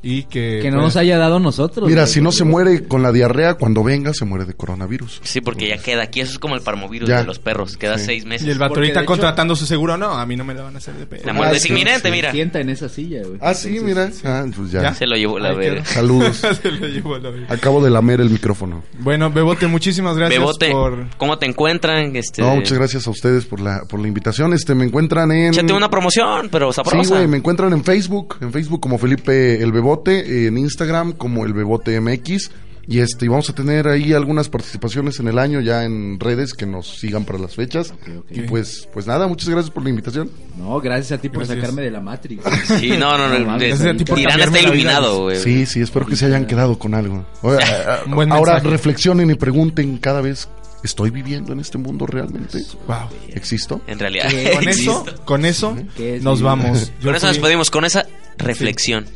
y que...
Que no
pues,
nos haya dado nosotros.
Mira,
güey.
si no se muere con la diarrea, cuando venga se muere de coronavirus.
Sí, porque ya queda aquí. Eso es como el parmovirus
Ya.
de los perros. Queda
Sí.
seis meses.
Y el vato
Porque,
ahorita
de hecho-
contratando su seguro, no, a mí no me la van a hacer de pedo.
La muerte
Ah,
es
sí,
inminente,
sí.
mira.
Sienta en esa silla, güey.
Ah, sí,
Entonces,
mira. Ah, pues ya.
¿Ya?
Se lo llevó la
Ay, qué
verga. [LAUGHS]
Saludos.
[LAUGHS] Se lo llevó a la verga.
Acabo de lamer el micrófono.
Bueno, Bebote, muchísimas gracias
Bebote,
por...
¿cómo te encuentran? Este,
No, muchas gracias a ustedes por la, por la invitación. Este, me encuentran en...
Échate una promoción, pero sabrosa.
Sí, güey, me encuentran en Facebook, en Facebook como Felipe El Bebote, en Instagram como El Bebote MX. Y este, y vamos a tener ahí algunas participaciones en el año ya en redes que nos sigan para las fechas.
ok.
Y pues, pues nada, muchas gracias por la invitación.
No, gracias a ti por
Gracias.
sacarme de la
[LAUGHS]
Matrix. [LAUGHS]
Sí, no, no, no.
No mames,
de-
gracias a ti por
Tirana
cambiarme
está
la vida.
iluminado, güey.
Sí, sí, espero que se hayan quedado con algo.
[LAUGHS]
Ahora,
Un buen
ahora
mensaje.
reflexionen y pregunten cada vez, ¿estoy viviendo en este mundo realmente?
Wow.
¿Existo?
En realidad.
¿Qué?
[LAUGHS]
Con eso,
Listo.
con eso
¿Qué es
nos
mi-
vamos. Yo
Con eso
fui
nos pedimos, con esa reflexión.
[LAUGHS]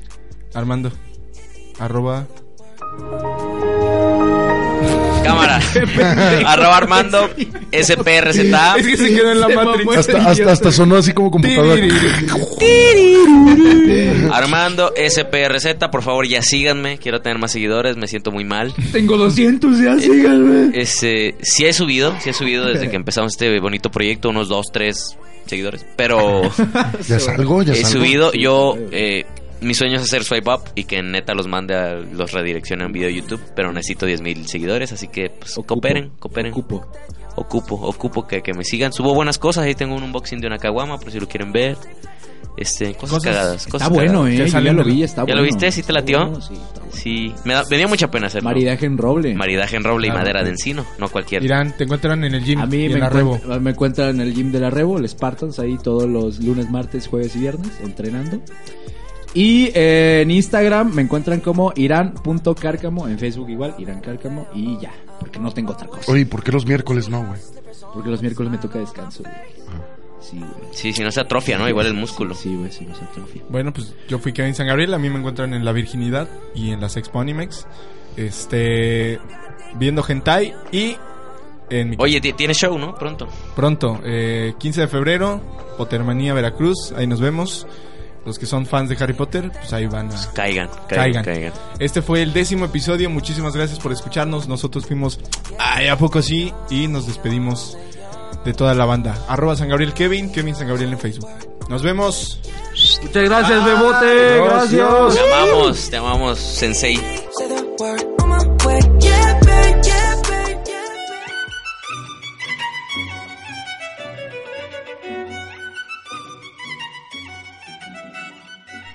Armando. Arroba.
Cámara. Arroba Armando,
Ah,
SPRZA.
Es que se quedó en la Matrix.
Hasta, hasta, hasta sonó así como computadora.
Armando, SPRZ. Por favor, ya síganme. Quiero tener más seguidores. Me siento muy mal.
Tengo 200, ya síganme.
Este, sí he subido, sí he subido desde que empezamos este bonito proyecto, unos dos, tres seguidores. Pero
Ya salgo, ya
he
salgo.
subido, yo, eh, mi sueño es hacer swipe up y que neta los mande, a, los redireccione a un video de YouTube, pero necesito 10 mil seguidores, así que pues,
Ocupo,
cooperen, cooperen. Ocupo,
Ocupo.
ocupo, que, que me sigan. Subo buenas cosas, ahí tengo un unboxing de una caguama, por si lo quieren ver. Este, cosas,
Cosas-
cagadas.
Está
Cosas
bueno,
cagadas.
eh.
Ya
Yo
salió
ya lo
de la-
vi, está
¿Ya
bueno.
lo viste? ¿Sí te latió?
Está bueno, sí, está bueno.
Sí, me, da- me dio mucha pena hacerlo.
Maridaje en roble.
Maridaje en roble y
Claro.
madera de encino, no cualquiera.
Irán, te encuentran en el gym.
A mí
y
me,
en la Rebo.
encuent- me encuentran en el gym de la Rebo, el Spartans, ahí todos los lunes, martes, jueves y viernes, entrenando. Y eh, en Instagram me encuentran como irán.cárcamo, en Facebook igual, Irán Cárcamo, y ya, porque no tengo otra cosa.
Oye, ¿por qué los miércoles no, güey?
Porque los miércoles me toca descanso, güey. Sí, güey.
Sí, si no se atrofia, ¿no? Igual el músculo.
Sí, güey, sí, no se atrofia.
Bueno, pues yo fui Kevin San Gabriel. A mí me encuentran en La Virginidad y en las Expo Animex. Este. Viendo Hentai y. En mi
Oye, ti- tiene show, ¿no? Pronto.
Pronto, eh, 15 de febrero, Pottermanía Veracruz. Ahí nos vemos. Los que son fans de Harry Potter, pues ahí van a.
Caigan, caigan,
Caigan.
caigan.
Este fue el décimo episodio. Muchísimas gracias por escucharnos. Nosotros fuimos Ay, a poco sí y nos despedimos de toda la banda. Arroba San Gabriel Kevin, Kevin San Gabriel en Facebook. Nos vemos.
Muchas gracias, Bebote. Gracias.
Te amamos, te amamos, Sensei.
Say the word, on my way. Yeah, babe, yeah, babe, yeah, babe.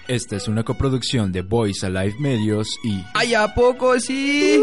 Esta es una coproducción de Voice Alive Medios y
Ay, ¿a poco sí?